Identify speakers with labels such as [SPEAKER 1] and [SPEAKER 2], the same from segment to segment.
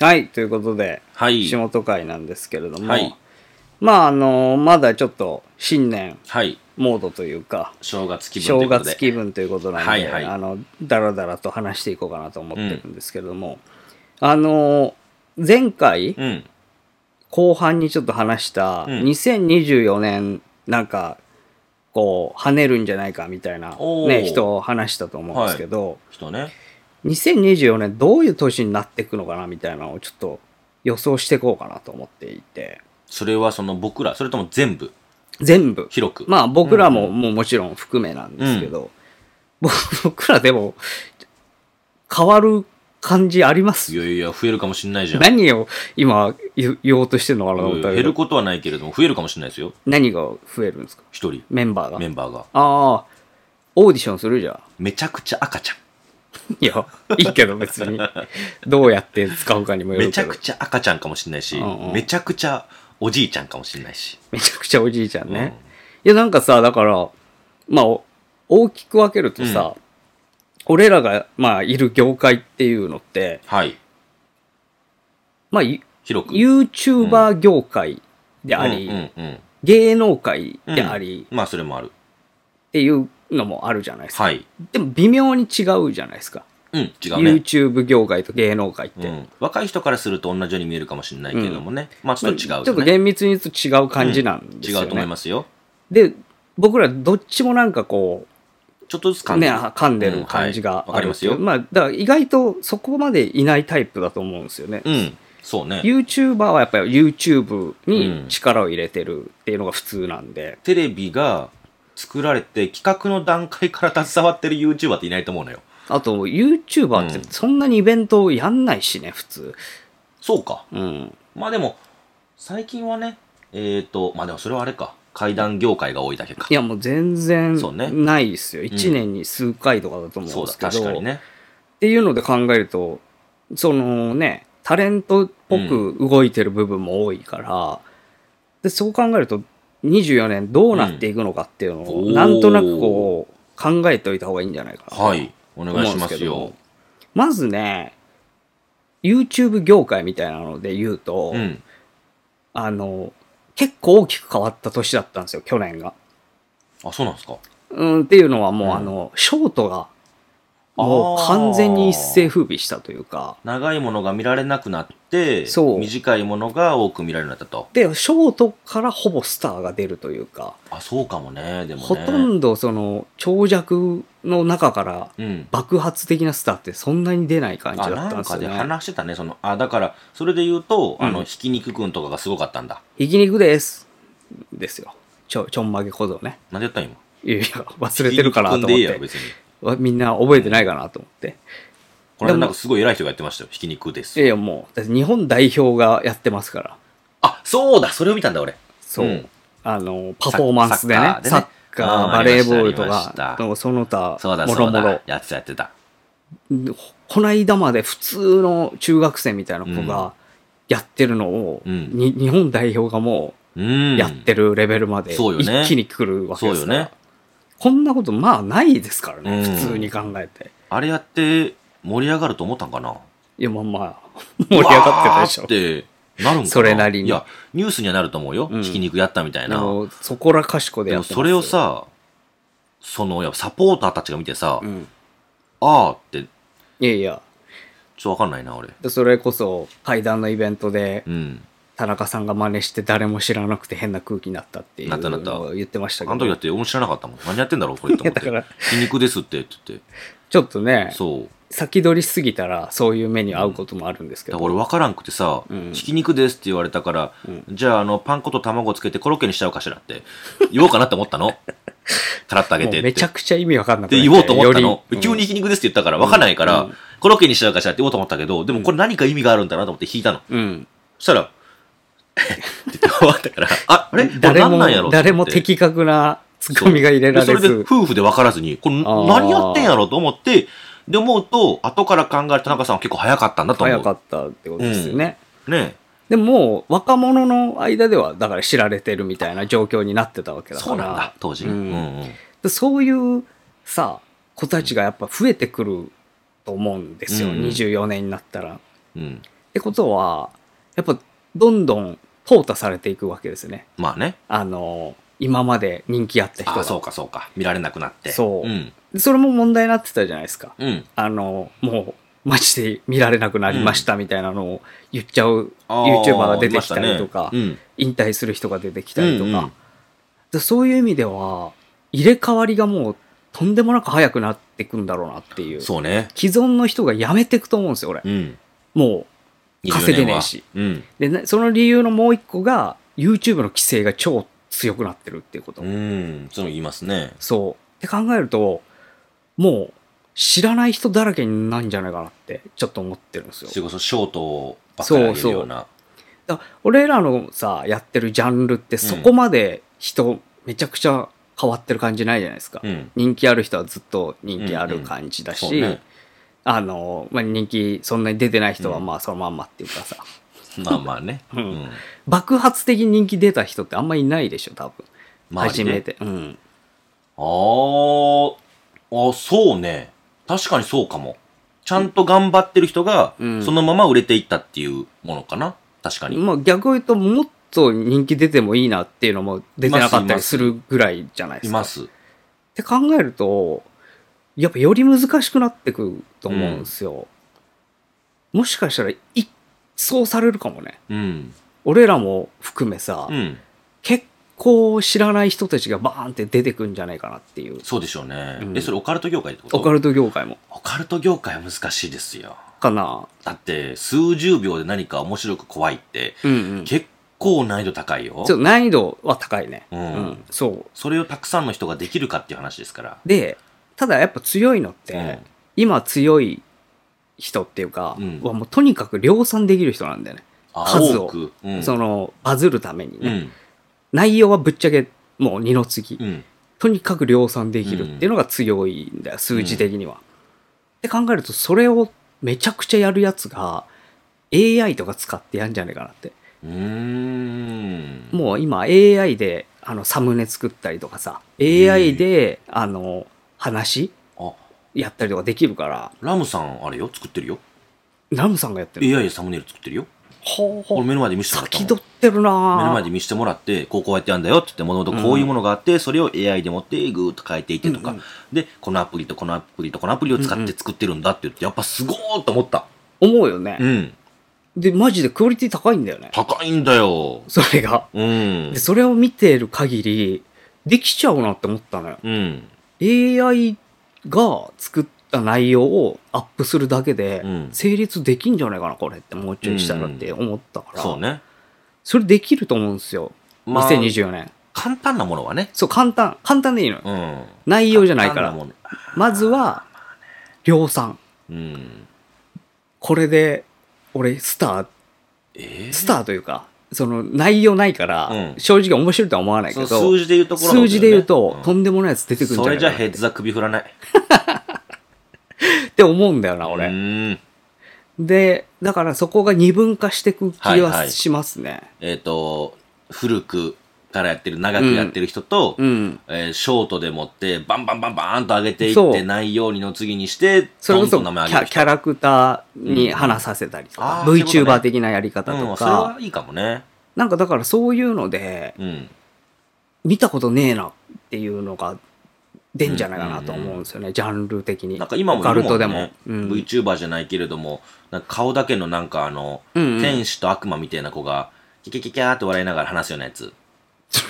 [SPEAKER 1] はい、ということで、
[SPEAKER 2] はい。
[SPEAKER 1] 下本会なんですけれども、
[SPEAKER 2] はい
[SPEAKER 1] まあ、あの、まだちょっと新年
[SPEAKER 2] はい。
[SPEAKER 1] モードというか、
[SPEAKER 2] 正月気分と
[SPEAKER 1] 正
[SPEAKER 2] いうことで。
[SPEAKER 1] 月気分ということなんで、
[SPEAKER 2] はいはい
[SPEAKER 1] あの、だらだらと話していこうかなと思ってるんですけれども、あの、前回、
[SPEAKER 2] うん。
[SPEAKER 1] 後半にちょっと話した、
[SPEAKER 2] うん
[SPEAKER 1] 2024年、なんか、こう、跳ねるんじゃないかみたいな、
[SPEAKER 2] おー
[SPEAKER 1] ね、人を話したと思うんですけど、
[SPEAKER 2] 人ね。
[SPEAKER 1] 2024年どういう年になっていくのかなみたいなのをちょっと予想していこうかなと思っていて
[SPEAKER 2] それはその僕ら、それとも全部、
[SPEAKER 1] 全部
[SPEAKER 2] 広く。
[SPEAKER 1] まあ僕らももうもちろん含めなんですけど、僕 僕らでも変わる感じありま
[SPEAKER 2] い
[SPEAKER 1] す
[SPEAKER 2] やいや、増えるかもしんないじゃん。
[SPEAKER 1] 何を今言言おうとしてるのかなと
[SPEAKER 2] う
[SPEAKER 1] 思
[SPEAKER 2] ん
[SPEAKER 1] った
[SPEAKER 2] 減
[SPEAKER 1] け
[SPEAKER 2] る
[SPEAKER 1] ど
[SPEAKER 2] ことはないけれども、増えるかもしんないですよ。
[SPEAKER 1] 何が増えるんですか
[SPEAKER 2] 一人、
[SPEAKER 1] メンバーが
[SPEAKER 2] メンバーが。
[SPEAKER 1] ああオーディションするじゃん
[SPEAKER 2] めちゃくちゃ赤ちゃん。
[SPEAKER 1] いやいいけど別 にどうやって使うかにもよ
[SPEAKER 2] め
[SPEAKER 1] る
[SPEAKER 2] ち
[SPEAKER 1] け
[SPEAKER 2] ゃ
[SPEAKER 1] ど
[SPEAKER 2] くちゃ赤ちゃんかもしんないし、
[SPEAKER 1] うんうん
[SPEAKER 2] めちゃくちゃおじいちゃんかもしんないし。
[SPEAKER 1] めちゃくちゃおじいちゃんね。いや、なんかさ、だから、まあ、お大きく分けるとさ、俺らが、まあ、いる業界っていうのって、
[SPEAKER 2] はい。
[SPEAKER 1] まあ、ユ
[SPEAKER 2] 広く。
[SPEAKER 1] YouTuber 業界であり、
[SPEAKER 2] うんうんうん
[SPEAKER 1] 芸能界
[SPEAKER 2] うん
[SPEAKER 1] であり、
[SPEAKER 2] まあ、それもある。
[SPEAKER 1] っていうのもあるじゃないですか。
[SPEAKER 2] はい。
[SPEAKER 1] でも、微妙に違うじゃないですか。
[SPEAKER 2] うん、違うね。
[SPEAKER 1] YouTube 業界と芸能界っ
[SPEAKER 2] う
[SPEAKER 1] て。
[SPEAKER 2] ん、若い人からすると同じように見えるかもしれないけれどもね、まあちょっと違う
[SPEAKER 1] まあ
[SPEAKER 2] よ、ね、
[SPEAKER 1] ちょっと厳密に言うと違う感じなんですよね。
[SPEAKER 2] 違うと思いますよ
[SPEAKER 1] で、僕らどっちもなんかこう、
[SPEAKER 2] ちょっとずつ感じ
[SPEAKER 1] ね、
[SPEAKER 2] る
[SPEAKER 1] 噛んでる感じが
[SPEAKER 2] うんはいわ
[SPEAKER 1] あ
[SPEAKER 2] か
[SPEAKER 1] るっ
[SPEAKER 2] りま
[SPEAKER 1] て
[SPEAKER 2] す
[SPEAKER 1] いう、
[SPEAKER 2] よ
[SPEAKER 1] まあ、だから意外とそこまでいないタイプだと思うんですよね。
[SPEAKER 2] うん、そうね。
[SPEAKER 1] YouTuber はやっぱり YouTube に
[SPEAKER 2] うん
[SPEAKER 1] 力を入れてるっていうのが普通なんで、
[SPEAKER 2] テレビが作られて企画の段階から携わってる YouTuber っていないと思うのよ。
[SPEAKER 1] あと YouTuber って
[SPEAKER 2] うん
[SPEAKER 1] そんなにイベントをやんないしね、普通。
[SPEAKER 2] そうか。
[SPEAKER 1] うん。
[SPEAKER 2] まあでも、最近はね、えっ、ー、と、まあでもそれはあれか。階段業界が多いだけか
[SPEAKER 1] い。や、もう全然
[SPEAKER 2] そうね
[SPEAKER 1] ないですよ。1年に数回とかだと思うん
[SPEAKER 2] そう
[SPEAKER 1] で
[SPEAKER 2] だ、
[SPEAKER 1] すけど、
[SPEAKER 2] 確かにね。
[SPEAKER 1] っていうので考えると、そのね、タレントっぽく動いてる部分も多いから、でそう考えると、24年どうなっていくのかっていうのを、
[SPEAKER 2] うん
[SPEAKER 1] なんとなくこう、考えておいた方がいいんじゃないかなと
[SPEAKER 2] はい。お願い
[SPEAKER 1] 思う
[SPEAKER 2] し
[SPEAKER 1] んで
[SPEAKER 2] ます
[SPEAKER 1] け
[SPEAKER 2] す
[SPEAKER 1] ど
[SPEAKER 2] よ。
[SPEAKER 1] まずね、YouTube 業界みたいなので言うと、
[SPEAKER 2] うん。
[SPEAKER 1] あの、結構大きく変わった年だったんですよ、去年が。
[SPEAKER 2] あ、そうなんですか。
[SPEAKER 1] うん、っていうのはもう、
[SPEAKER 2] うん
[SPEAKER 1] あの、ショートが、もう完全に一世風靡したというか、
[SPEAKER 2] 長いものが見られなくなって、
[SPEAKER 1] そう
[SPEAKER 2] 短いものが多く見られるようになったと。
[SPEAKER 1] で、ショートからほぼスターが出るというか、
[SPEAKER 2] あ、そうかもね。でもね。
[SPEAKER 1] ほとんどその長尺の中から
[SPEAKER 2] うん。
[SPEAKER 1] 爆発的なスターってそんなに出ない感じだ
[SPEAKER 2] あ、
[SPEAKER 1] った
[SPEAKER 2] なんん
[SPEAKER 1] です
[SPEAKER 2] か
[SPEAKER 1] よ
[SPEAKER 2] で
[SPEAKER 1] ね。
[SPEAKER 2] 話してたね。その、あ、だから、それで言うと、あ
[SPEAKER 1] うん
[SPEAKER 2] の、ひき肉くんとかがすごかったんだ。
[SPEAKER 1] ひき肉です。ですよ。ちょ、ちょんまげ小僧ね。
[SPEAKER 2] なんでやったん今。
[SPEAKER 1] いやいや、忘れてるかなと思っ
[SPEAKER 2] ひき肉くんでいいやろ、
[SPEAKER 1] て。
[SPEAKER 2] 別に。
[SPEAKER 1] わみんな覚えてないかなと思って。
[SPEAKER 2] これなんかすごい偉い人がやってましたよ。ひき肉で
[SPEAKER 1] い
[SPEAKER 2] す。
[SPEAKER 1] やいや、もう、だって日本代表がやってますから。
[SPEAKER 2] あ、そうだそれを見たんだ、俺。
[SPEAKER 1] そう。
[SPEAKER 2] うん
[SPEAKER 1] あの、パフォーマンスでね。サ
[SPEAKER 2] サ
[SPEAKER 1] ッ
[SPEAKER 2] ッ
[SPEAKER 1] カ
[SPEAKER 2] カ
[SPEAKER 1] ー
[SPEAKER 2] ー,、でねうん
[SPEAKER 1] バレーボールと
[SPEAKER 2] ありましたあ
[SPEAKER 1] か、
[SPEAKER 2] りま
[SPEAKER 1] その他、
[SPEAKER 2] そうだ、
[SPEAKER 1] も
[SPEAKER 2] そ
[SPEAKER 1] ろ
[SPEAKER 2] う
[SPEAKER 1] もろ
[SPEAKER 2] だ。。やってた、やってた。
[SPEAKER 1] こないだまで普通の中学生みたいな子がやってるのを、
[SPEAKER 2] うん
[SPEAKER 1] に日本代表がも
[SPEAKER 2] うん。
[SPEAKER 1] うやってるレベルまで
[SPEAKER 2] そうよね
[SPEAKER 1] 一気に来るわけですから、
[SPEAKER 2] そうよね
[SPEAKER 1] こんなことまあないですからね、
[SPEAKER 2] うん
[SPEAKER 1] 普通に考えて
[SPEAKER 2] あれやって、盛り上がると思ったんかない
[SPEAKER 1] やまあまあ盛り上がってたでしょ
[SPEAKER 2] わーって、なるんかな
[SPEAKER 1] それなりに
[SPEAKER 2] いや、ニュースにはなると思うよ。
[SPEAKER 1] うん
[SPEAKER 2] ひき肉やったみたい
[SPEAKER 1] あ
[SPEAKER 2] な。
[SPEAKER 1] のそこらかしこで
[SPEAKER 2] で
[SPEAKER 1] や
[SPEAKER 2] も
[SPEAKER 1] ってます
[SPEAKER 2] それを、さ、その、やっぱサポーターたちが見てさ、
[SPEAKER 1] うん、
[SPEAKER 2] あーって、ちょっ
[SPEAKER 1] いやいや
[SPEAKER 2] とわかんないな、俺。
[SPEAKER 1] でそれこそ階段のイベントで
[SPEAKER 2] うん。
[SPEAKER 1] 田中さんが真似して誰も知らなくて変な空気になったっていう
[SPEAKER 2] なったなった
[SPEAKER 1] のを言ってましたけ
[SPEAKER 2] あの時だ
[SPEAKER 1] ど
[SPEAKER 2] って俺も知らなかったもん。何やってんだろう、これって思っ
[SPEAKER 1] い やだ
[SPEAKER 2] て
[SPEAKER 1] か。
[SPEAKER 2] ひき肉ですって、って言っ
[SPEAKER 1] ちょっとね
[SPEAKER 2] て。そう。
[SPEAKER 1] 先取りしすぎたらそういう目に遭うこともあるんですけ
[SPEAKER 2] だ
[SPEAKER 1] ど、
[SPEAKER 2] から俺分からんくてさ、
[SPEAKER 1] うん
[SPEAKER 2] ひき肉ですって言われたから、
[SPEAKER 1] うん
[SPEAKER 2] じゃああのパン粉と卵つけてコロッケにしちゃおうかしらって言おうかなって思っ たのカラッとあげ
[SPEAKER 1] も
[SPEAKER 2] て
[SPEAKER 1] う
[SPEAKER 2] って
[SPEAKER 1] めちゃくちゃ意味わかんなく
[SPEAKER 2] で
[SPEAKER 1] なっ
[SPEAKER 2] 言おうと思った
[SPEAKER 1] よ
[SPEAKER 2] の、
[SPEAKER 1] り
[SPEAKER 2] 急にひき肉ですって言ったから分かんないから、
[SPEAKER 1] うん
[SPEAKER 2] コロッケにしちゃおうかしらって言おうと思ったけどでもこれ何か意味があるんだなと思って引いたの
[SPEAKER 1] うん、うん
[SPEAKER 2] そしたら って言って終わったからああれ
[SPEAKER 1] 誰
[SPEAKER 2] これ何なんやろ
[SPEAKER 1] も
[SPEAKER 2] って思って
[SPEAKER 1] 誰も的確なツッコミが入れられ
[SPEAKER 2] でそれで
[SPEAKER 1] ず
[SPEAKER 2] 夫婦で分からずにこれ
[SPEAKER 1] あー
[SPEAKER 2] 何やってんやろと思ってで思うと後から考えると田中さんは結構早かったんだと思う
[SPEAKER 1] 早かったってことですよね、
[SPEAKER 2] ね
[SPEAKER 1] でももう若者の間ではだから知られてるみたいな状況になってたわけだから
[SPEAKER 2] そうなんだ当時、
[SPEAKER 1] うん
[SPEAKER 2] うんうん
[SPEAKER 1] でそういうさ子たちがやっぱ増えてくると思うんですよ、
[SPEAKER 2] うん
[SPEAKER 1] 24年になったら
[SPEAKER 2] うん
[SPEAKER 1] でってことは、やっぱどんどん淘汰されていくわけですよね。
[SPEAKER 2] まあね。
[SPEAKER 1] あの、今まで人気あった人
[SPEAKER 2] あ
[SPEAKER 1] が。
[SPEAKER 2] あ、そうかそうか。見られなくなって。
[SPEAKER 1] そう
[SPEAKER 2] うん。
[SPEAKER 1] でそれも問題になってたじゃないですか。
[SPEAKER 2] うん。
[SPEAKER 1] あの、もう、マジで見られなくなりましたみたいなのを言っちゃう、
[SPEAKER 2] あ
[SPEAKER 1] YouTuber が出てきたりとか
[SPEAKER 2] いまし
[SPEAKER 1] 引退する人が出てきたりとか、
[SPEAKER 2] うんうん
[SPEAKER 1] でそういう意味では、入れ替わりがもうとんでもなく早くなっていくんだろうなってい
[SPEAKER 2] たねう
[SPEAKER 1] う。
[SPEAKER 2] ん。そうね。
[SPEAKER 1] 既存の人が辞めていくと思うんですよ、俺。
[SPEAKER 2] うん。
[SPEAKER 1] もう、稼げねえし。
[SPEAKER 2] 20年は。
[SPEAKER 1] で、ねその理由のもう一個が、YouTube の規制が超強くなってるっていうこと。
[SPEAKER 2] うん。うん。そういうの言いますね。
[SPEAKER 1] そう。って考えると、もう、知らない人だらけになるんじゃないかなって、ちょっと思ってるんですよ
[SPEAKER 2] そ。れこそショートをばっかり上げるような。
[SPEAKER 1] だ俺らのさ、やってるジャンルって、そこまで人、めちゃくちゃ変わってる感じないじゃないですか。
[SPEAKER 2] うん。
[SPEAKER 1] 人気ある人はずっと人気ある感じだし、
[SPEAKER 2] そうね。
[SPEAKER 1] あの、まあ、人気そんなに出てない人は
[SPEAKER 2] うん
[SPEAKER 1] まあそのまんまっていうかさ、
[SPEAKER 2] まあま あね。
[SPEAKER 1] うん
[SPEAKER 2] うん。
[SPEAKER 1] 爆発的に人気出た人ってあんまいないでしょ、多分。
[SPEAKER 2] 周
[SPEAKER 1] 初
[SPEAKER 2] りね
[SPEAKER 1] め。て。うん。
[SPEAKER 2] あーあ、そうね。確かにそうかも。ちゃんと頑張ってる人が、
[SPEAKER 1] うん
[SPEAKER 2] そのまま売れていったっていうものかな。確かに。
[SPEAKER 1] まあ逆を言うと、もっと人気出てもいいなっていうのも出てなかったりするぐらいじゃないで
[SPEAKER 2] い
[SPEAKER 1] すか。
[SPEAKER 2] ま
[SPEAKER 1] っ
[SPEAKER 2] す。
[SPEAKER 1] て考えると、やっぱより難しくなってくると思うんですよ。もしかしたら、一掃されるかもね。
[SPEAKER 2] うん。
[SPEAKER 1] 俺らも含めさ、
[SPEAKER 2] うん。
[SPEAKER 1] 結構知らない人たちがバーンって出てくんじゃないかなっていう。
[SPEAKER 2] そうでしょうね。
[SPEAKER 1] うん
[SPEAKER 2] え、それオカルト業界ってこと
[SPEAKER 1] オカルト業界も。
[SPEAKER 2] オカルト業界は難しいですよ。
[SPEAKER 1] かな。
[SPEAKER 2] だって、数十秒で何か面白く怖いって、
[SPEAKER 1] うんうん。ち
[SPEAKER 2] 結構難易度高いよ。
[SPEAKER 1] ょっと難易度は高いね。
[SPEAKER 2] う
[SPEAKER 1] うんん。そう。
[SPEAKER 2] それをたくさんの人ができるかっていう話ですから。
[SPEAKER 1] で、ただやっぱ強いのって、
[SPEAKER 2] うん
[SPEAKER 1] 今強い人っていうか、
[SPEAKER 2] うん
[SPEAKER 1] はもうとにかく量産できる人なんだよね。
[SPEAKER 2] あ
[SPEAKER 1] 数を
[SPEAKER 2] 多く。うん。
[SPEAKER 1] その、バズるために
[SPEAKER 2] う
[SPEAKER 1] ね、
[SPEAKER 2] ん。
[SPEAKER 1] 内容はぶっちゃけもう二の次、
[SPEAKER 2] うん。
[SPEAKER 1] とにかく量産できるっていうのが強いんだよ、数字的には。って考えると、それをめちゃくちゃやるやつが、AI とか使ってやんじゃねえかなって。
[SPEAKER 2] うーん。
[SPEAKER 1] もう今 AI であのサムネ作ったりとかさ、AI であの話
[SPEAKER 2] あ、
[SPEAKER 1] やったりとかできるから、
[SPEAKER 2] ラムさん、あれよ、作ってるよ。
[SPEAKER 1] ラムさんがやってる
[SPEAKER 2] AI でサムネイル作ってるよ。
[SPEAKER 1] ほうほ
[SPEAKER 2] 俺
[SPEAKER 1] う
[SPEAKER 2] 目の前で見せてもらったも
[SPEAKER 1] 先
[SPEAKER 2] ん
[SPEAKER 1] 取ってるな
[SPEAKER 2] 目の
[SPEAKER 1] ぁ
[SPEAKER 2] 前で見せてもらって、こうこうやってやんだよって言って、もともとこういうものがあって、それを AI でもってぐーっと変えていってとか、
[SPEAKER 1] うんうん
[SPEAKER 2] で、このアプリとこのアプリとこのアプリを使って作ってるんだって言って、やっぱすごーっと思った。
[SPEAKER 1] 思うよね、
[SPEAKER 2] うん。
[SPEAKER 1] でマジでクオリティ高いんだよね
[SPEAKER 2] 高いんだよ。
[SPEAKER 1] それが
[SPEAKER 2] うん
[SPEAKER 1] で。それを見てる限りできちゃうなって思ったのよ
[SPEAKER 2] うん。
[SPEAKER 1] AI が作った内容をアップするだけで
[SPEAKER 2] うん
[SPEAKER 1] 成立できんじゃないかなこれってもうちょいしたらって思ったから、
[SPEAKER 2] そうね。
[SPEAKER 1] それできると思うんですよ、
[SPEAKER 2] まあ
[SPEAKER 1] 2024年
[SPEAKER 2] 簡単なものはね。
[SPEAKER 1] そう簡単簡単でいいのよ
[SPEAKER 2] うん。
[SPEAKER 1] 内容じゃないか
[SPEAKER 2] 簡単
[SPEAKER 1] ら
[SPEAKER 2] もの
[SPEAKER 1] まずは量産
[SPEAKER 2] うん。
[SPEAKER 1] これで俺スター
[SPEAKER 2] えー
[SPEAKER 1] スターというか、その内容ないから、
[SPEAKER 2] うん
[SPEAKER 1] 正直面白いとは思わないけ
[SPEAKER 2] そ
[SPEAKER 1] ど、
[SPEAKER 2] の数字で言うところのことだよね、
[SPEAKER 1] 数字で言うと、
[SPEAKER 2] ん
[SPEAKER 1] とんでもないやつ出てくるんじ
[SPEAKER 2] そ
[SPEAKER 1] ゃな
[SPEAKER 2] れ
[SPEAKER 1] い
[SPEAKER 2] じ
[SPEAKER 1] か
[SPEAKER 2] ゃ
[SPEAKER 1] な
[SPEAKER 2] ヘッズは首振らない。
[SPEAKER 1] って思うんだよな、
[SPEAKER 2] う
[SPEAKER 1] 俺。
[SPEAKER 2] ーん。
[SPEAKER 1] で、だからそこが二分化してく気
[SPEAKER 2] はいは
[SPEAKER 1] はいしますね。
[SPEAKER 2] えっ、と、古くからやってる、長くやってる人と、
[SPEAKER 1] うん。
[SPEAKER 2] えーショートでもって、バンバンバンバーンと上げてい
[SPEAKER 1] そ
[SPEAKER 2] っ
[SPEAKER 1] う
[SPEAKER 2] て、内容にの次にして、
[SPEAKER 1] それこそ
[SPEAKER 2] ど
[SPEAKER 1] キ
[SPEAKER 2] んどん名前上げ
[SPEAKER 1] ャ
[SPEAKER 2] る
[SPEAKER 1] キ
[SPEAKER 2] 人。
[SPEAKER 1] ャラクターに話させたりとか、
[SPEAKER 2] うんあーそういうことね
[SPEAKER 1] VTuber 的なやり方
[SPEAKER 2] う
[SPEAKER 1] と
[SPEAKER 2] ん、それ
[SPEAKER 1] か、
[SPEAKER 2] はいいかもね。
[SPEAKER 1] なんかだからそういうので、
[SPEAKER 2] うん。
[SPEAKER 1] 見たことねえなっていうのが出んじゃないかなと思うんですよね、ジャンル的に。
[SPEAKER 2] なんか今もい
[SPEAKER 1] オカ
[SPEAKER 2] る
[SPEAKER 1] ル
[SPEAKER 2] も
[SPEAKER 1] ト
[SPEAKER 2] ん
[SPEAKER 1] で
[SPEAKER 2] ね
[SPEAKER 1] も。うん。
[SPEAKER 2] VTuber じゃないけれども、なんか顔だけのなんかあの、
[SPEAKER 1] うんうん
[SPEAKER 2] 天使と悪魔みたいな子が、キャキャキャキャーって笑いながら話すようなやつ。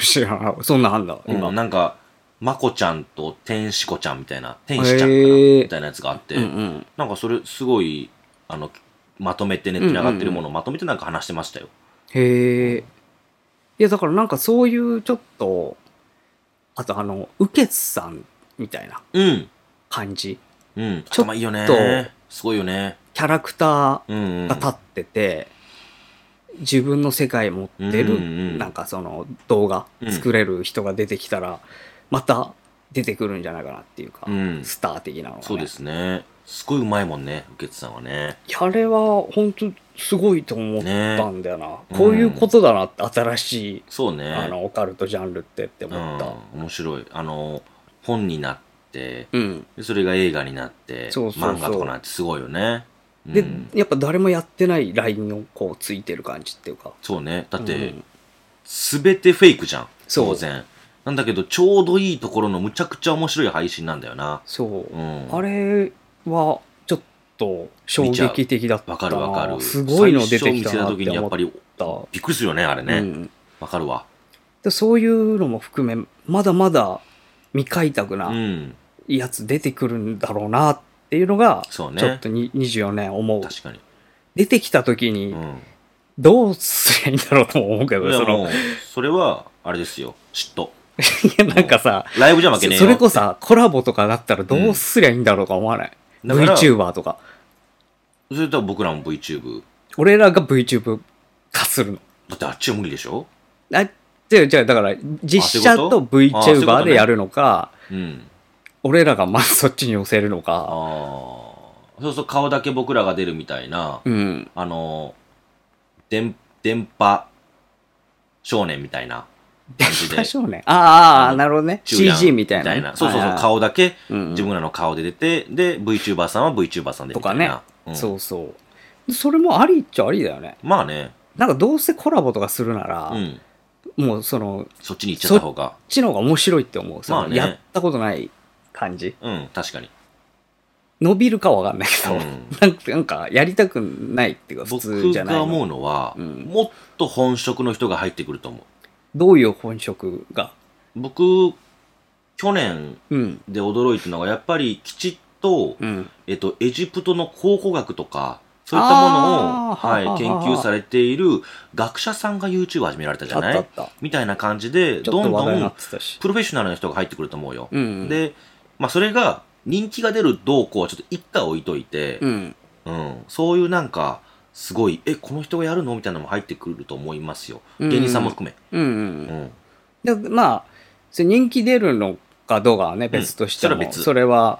[SPEAKER 1] 知らないそんなんあんだ、今。
[SPEAKER 2] 今、なんか、まこちゃんと天使子ちゃんみたいな、天使ちゃんか
[SPEAKER 1] へ
[SPEAKER 2] な
[SPEAKER 1] ー
[SPEAKER 2] みたいなやつがあって、
[SPEAKER 1] うんうん。
[SPEAKER 2] なんかそれすごい、あの、まとめてネットに上がってるものをまとめてなんか話してましたよ。
[SPEAKER 1] へえ。いや、だからなんかそういうちょっと、あとあの、ウケツさんみたいな
[SPEAKER 2] うん。
[SPEAKER 1] 感じ。
[SPEAKER 2] うん。
[SPEAKER 1] ちょっと
[SPEAKER 2] 頭いいよね。すごいよね。
[SPEAKER 1] キャラクタ
[SPEAKER 2] うん、う
[SPEAKER 1] ー
[SPEAKER 2] ん。
[SPEAKER 1] が立ってて、自分の世界持って
[SPEAKER 2] うんうんう
[SPEAKER 1] る、
[SPEAKER 2] ん
[SPEAKER 1] なんかその動画
[SPEAKER 2] うん
[SPEAKER 1] 作れる人が出てきたら、また出てくるんじゃないかなっていうか
[SPEAKER 2] う、ん。
[SPEAKER 1] スター的なのが、ね。
[SPEAKER 2] そうですね。すごいうまいもんね、ウケツさんはね。
[SPEAKER 1] いや。あれは本当すごいと思ったんだよな。
[SPEAKER 2] うん
[SPEAKER 1] こういうことだなって、新しい、
[SPEAKER 2] そうね。
[SPEAKER 1] あの、オカルトジャンルってって思った。
[SPEAKER 2] うん。面白い。あの、本になって、
[SPEAKER 1] うん
[SPEAKER 2] でそれが映画になって、
[SPEAKER 1] そうそうそう
[SPEAKER 2] 漫画とかになってすごいよね。
[SPEAKER 1] で、
[SPEAKER 2] うん
[SPEAKER 1] やっぱ誰もやってないラインをこうついてる感じっていうか。
[SPEAKER 2] そうね。だって、
[SPEAKER 1] うん
[SPEAKER 2] すべてフェイクじゃん。
[SPEAKER 1] そう
[SPEAKER 2] 当然。なんだけど、ちょうどいいところのむちゃくちゃ面白い配信なんだよな。
[SPEAKER 1] そう。
[SPEAKER 2] うん。
[SPEAKER 1] あれは、ちょっと衝撃的だったな。
[SPEAKER 2] わかるわかる。
[SPEAKER 1] すごいの出てきた
[SPEAKER 2] 最
[SPEAKER 1] な
[SPEAKER 2] 初
[SPEAKER 1] っ
[SPEAKER 2] 見
[SPEAKER 1] て
[SPEAKER 2] せた時にや
[SPEAKER 1] 思っ
[SPEAKER 2] っぱり、
[SPEAKER 1] た。
[SPEAKER 2] びっくりするよね、あれ
[SPEAKER 1] う
[SPEAKER 2] ね。
[SPEAKER 1] ん
[SPEAKER 2] わ、かるわ。
[SPEAKER 1] でそういうのも含め、まだまだ未開拓
[SPEAKER 2] う。
[SPEAKER 1] なんやつ出てくるんだろうなっていうのが、
[SPEAKER 2] そう
[SPEAKER 1] ちょっ
[SPEAKER 2] ね
[SPEAKER 1] と。に24年思う。
[SPEAKER 2] 確かに。
[SPEAKER 1] 出てきた時に
[SPEAKER 2] うん。
[SPEAKER 1] どうすりゃいいんだろうとも思うけど、
[SPEAKER 2] いや
[SPEAKER 1] その、
[SPEAKER 2] もう、それは、あれですよ。嫉妬。
[SPEAKER 1] いやなんかさ、
[SPEAKER 2] ライブじゃ負けねえよ。
[SPEAKER 1] それ こそさコラボとかだったらどうすりゃいいんだろうとか思わない、
[SPEAKER 2] だから
[SPEAKER 1] VTuber とか。
[SPEAKER 2] それとは僕らも VTube。
[SPEAKER 1] 俺らが VTuber 化するの。
[SPEAKER 2] だってあっちは無理でしょ
[SPEAKER 1] あじゃあ、じゃあだから、実写
[SPEAKER 2] あそういうことあそういうこと
[SPEAKER 1] VTuber
[SPEAKER 2] ね
[SPEAKER 1] でやるのか、
[SPEAKER 2] うん。
[SPEAKER 1] 俺らがまずそっちに寄せるの
[SPEAKER 2] あ
[SPEAKER 1] か、
[SPEAKER 2] あ。そうそう、顔だけ僕らが出るみたいな、
[SPEAKER 1] うん、
[SPEAKER 2] あの、電、電波少年みたいな感じで。
[SPEAKER 1] 多少ね。あ
[SPEAKER 2] あ
[SPEAKER 1] あ、
[SPEAKER 2] の
[SPEAKER 1] なるほどね。
[SPEAKER 2] 中段
[SPEAKER 1] CG みたいな。
[SPEAKER 2] そうそう
[SPEAKER 1] はい
[SPEAKER 2] そう、
[SPEAKER 1] はい
[SPEAKER 2] 顔だけ、
[SPEAKER 1] うん
[SPEAKER 2] 自分らの顔で出て、で、VTuber さんは VTuber さんでみたいな。
[SPEAKER 1] とか
[SPEAKER 2] うん
[SPEAKER 1] そうそう。それもありっちゃありだよね。
[SPEAKER 2] まあね、
[SPEAKER 1] なんかどうせコラボとかするなら、
[SPEAKER 2] うん。
[SPEAKER 1] もうその、こっ
[SPEAKER 2] そっちに行っちゃった方が、
[SPEAKER 1] ちの方が面白いって思う。その
[SPEAKER 2] まあね
[SPEAKER 1] やったことない感じ。
[SPEAKER 2] うん、確かに。
[SPEAKER 1] 伸びるかわかんないけど、
[SPEAKER 2] うん
[SPEAKER 1] なんかなんかやりたくないっていうか、普通
[SPEAKER 2] 僕
[SPEAKER 1] じゃない
[SPEAKER 2] が
[SPEAKER 1] の
[SPEAKER 2] 思うのは、
[SPEAKER 1] うん
[SPEAKER 2] もっと本職の人が入ってくると思う。
[SPEAKER 1] どういう本職が。
[SPEAKER 2] 僕、去年
[SPEAKER 1] うん。
[SPEAKER 2] で驚いたのが、やっぱりきちっと、
[SPEAKER 1] うん。
[SPEAKER 2] えっと、エジプトの考古学とか、そういったものを、
[SPEAKER 1] あー
[SPEAKER 2] はい
[SPEAKER 1] は、は
[SPEAKER 2] 研
[SPEAKER 1] は
[SPEAKER 2] 究されている学者さんが YouTube 始められたじ
[SPEAKER 1] あ
[SPEAKER 2] ゃ
[SPEAKER 1] っ
[SPEAKER 2] な
[SPEAKER 1] たあ
[SPEAKER 2] い
[SPEAKER 1] った。
[SPEAKER 2] みたいな感じで、
[SPEAKER 1] ちょ
[SPEAKER 2] ど
[SPEAKER 1] っ
[SPEAKER 2] ん
[SPEAKER 1] と
[SPEAKER 2] ど
[SPEAKER 1] 話題になっ
[SPEAKER 2] ん
[SPEAKER 1] てたし。
[SPEAKER 2] プロフェッショナルな人が入ってくると思うよ。
[SPEAKER 1] うんうん
[SPEAKER 2] で、まあ、それが人気が出る動向はちょっと一回置いといて、
[SPEAKER 1] うん。
[SPEAKER 2] うん、そういうなんか、すごい、え、この人がやるのみたいなのも入ってくると思いますよ。
[SPEAKER 1] うん
[SPEAKER 2] 芸人さんも含
[SPEAKER 1] うんう
[SPEAKER 2] め。
[SPEAKER 1] ん
[SPEAKER 2] うん。
[SPEAKER 1] うん。で、まあ、それ人気出るのかどうかはね、別としても、
[SPEAKER 2] それは別
[SPEAKER 1] それは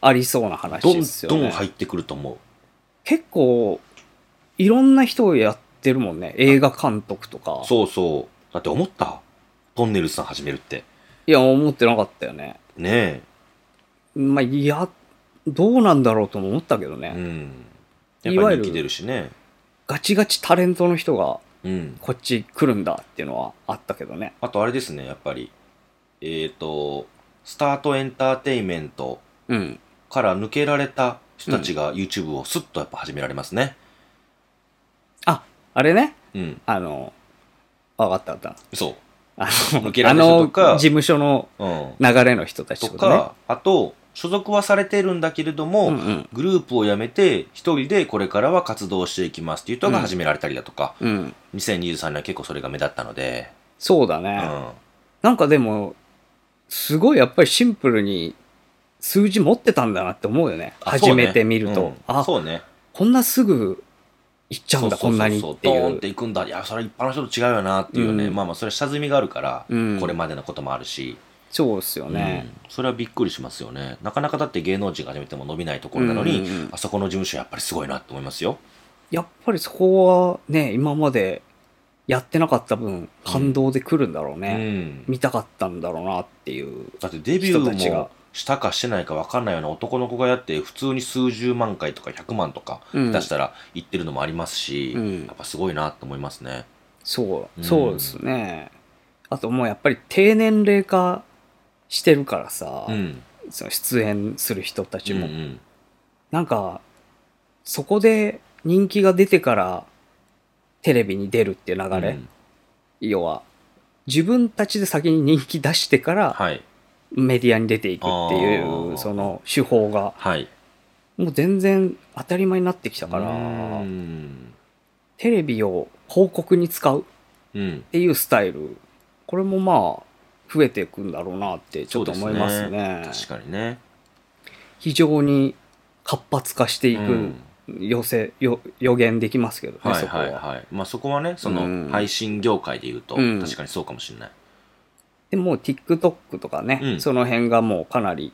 [SPEAKER 1] ありそうな話
[SPEAKER 2] どん
[SPEAKER 1] ですよ
[SPEAKER 2] ど
[SPEAKER 1] ね。
[SPEAKER 2] ん入ってくると思う。
[SPEAKER 1] 結構、いろんな人をやってるもんね。映画監督とか。
[SPEAKER 2] そうそう。だって思ったトンネルズさん始めるって。
[SPEAKER 1] いや、思ってなかったよね。
[SPEAKER 2] ね
[SPEAKER 1] まあ、いや、どうなんだろうとも思ったけど
[SPEAKER 2] え。
[SPEAKER 1] ね。
[SPEAKER 2] うん。やっ
[SPEAKER 1] いわ
[SPEAKER 2] ぱ
[SPEAKER 1] ゆ
[SPEAKER 2] り
[SPEAKER 1] る
[SPEAKER 2] 人気出るしね。
[SPEAKER 1] ガチガチタレントの人が
[SPEAKER 2] うん。
[SPEAKER 1] こっち来るんだっていうのはあったけどね。
[SPEAKER 2] あとあれですね、やっぱり。えっ、と、スタートエンターテインメント
[SPEAKER 1] うん。
[SPEAKER 2] から抜けられた人たちが YouTube をスッとやっぱ始められますね。
[SPEAKER 1] あ、あれね。
[SPEAKER 2] うん。
[SPEAKER 1] あの、わかったわかった。
[SPEAKER 2] そ
[SPEAKER 1] あ
[SPEAKER 2] 抜け
[SPEAKER 1] の、
[SPEAKER 2] ら
[SPEAKER 1] あ
[SPEAKER 2] れる人
[SPEAKER 1] の
[SPEAKER 2] とか
[SPEAKER 1] 事務所の
[SPEAKER 2] う。うん。
[SPEAKER 1] 流れの人たち
[SPEAKER 2] と
[SPEAKER 1] とか
[SPEAKER 2] か、あと、所属はされてるんだけれど
[SPEAKER 1] ね。
[SPEAKER 2] も、
[SPEAKER 1] うんうん。
[SPEAKER 2] グループを辞めて、一人でこれからは活動していきますっていう人が始められたりだとか、
[SPEAKER 1] うん。
[SPEAKER 2] 2023年は結構それが目立ったので、
[SPEAKER 1] そうだ
[SPEAKER 2] う
[SPEAKER 1] ね。
[SPEAKER 2] ん。
[SPEAKER 1] なんかでも、すごいやっぱりシンプルに数字持ってたんだなって思うよね。
[SPEAKER 2] あそ
[SPEAKER 1] 初
[SPEAKER 2] うね
[SPEAKER 1] めて見ると。
[SPEAKER 2] うん
[SPEAKER 1] あ、
[SPEAKER 2] そうね。
[SPEAKER 1] こんなすぐ行っちゃうんだ、
[SPEAKER 2] そ
[SPEAKER 1] こ
[SPEAKER 2] う
[SPEAKER 1] ん
[SPEAKER 2] そう
[SPEAKER 1] な
[SPEAKER 2] そう
[SPEAKER 1] に
[SPEAKER 2] そう
[SPEAKER 1] ってい
[SPEAKER 2] ドーンっ
[SPEAKER 1] う
[SPEAKER 2] て。いくんだ。いや、それは一般の人と違うよなっていうね。
[SPEAKER 1] うん
[SPEAKER 2] まあまあ、それは下積みがあるから、
[SPEAKER 1] うん
[SPEAKER 2] これまでのこともあるし、
[SPEAKER 1] そうっすよね。
[SPEAKER 2] うんそれはびっくりしますよね。なかなかだって芸能人が始めても伸びないところなのに、
[SPEAKER 1] うんうんうん
[SPEAKER 2] あそこの事務所やっぱりすごいなって思いますよ。
[SPEAKER 1] やっぱりそこはね、今までやってなかった分、感動で来るんだろう
[SPEAKER 2] う
[SPEAKER 1] ね。
[SPEAKER 2] ん。
[SPEAKER 1] 見たかったんだろうなっていう。
[SPEAKER 2] だってデビュ
[SPEAKER 1] 人たち
[SPEAKER 2] ー
[SPEAKER 1] が
[SPEAKER 2] もしたかしてないか分かんないような男の子がやって普通に数十万回とか100万とか
[SPEAKER 1] うん
[SPEAKER 2] 出したら言ってるのもありますし、
[SPEAKER 1] うん
[SPEAKER 2] やっぱすごいなと思いますね。
[SPEAKER 1] そう、
[SPEAKER 2] うん
[SPEAKER 1] そうですね。あともうやっぱり低年齢化してるからさ、
[SPEAKER 2] うん。
[SPEAKER 1] その出演する人たち
[SPEAKER 2] うんう
[SPEAKER 1] も、
[SPEAKER 2] ん。
[SPEAKER 1] なんか、そこで人気が出てからテレビに出るっていう流れ、
[SPEAKER 2] うん
[SPEAKER 1] 要は、自分たちで先に人気出してから
[SPEAKER 2] はい。
[SPEAKER 1] メディアに出ていくってい
[SPEAKER 2] あー
[SPEAKER 1] う、その手法が、
[SPEAKER 2] はい。
[SPEAKER 1] もう全然当たり前になってきたか
[SPEAKER 2] う
[SPEAKER 1] ら、
[SPEAKER 2] ん。
[SPEAKER 1] テレビを広告に使う
[SPEAKER 2] うん
[SPEAKER 1] っ。ていうスタイルこれもまあ増えていくんだろうなってちょっと思いますね
[SPEAKER 2] 確かにね。
[SPEAKER 1] 非常に活発化していく
[SPEAKER 2] ん
[SPEAKER 1] 予せ、よ予言できますけどね、
[SPEAKER 2] はい
[SPEAKER 1] そこ
[SPEAKER 2] は
[SPEAKER 1] はい
[SPEAKER 2] はい。まあそこはね、そ
[SPEAKER 1] うん
[SPEAKER 2] の配信業界で言うと、
[SPEAKER 1] うん
[SPEAKER 2] 確かにそうかもしれない。
[SPEAKER 1] でもう TikTok とかね、
[SPEAKER 2] うん
[SPEAKER 1] その辺がもうかなり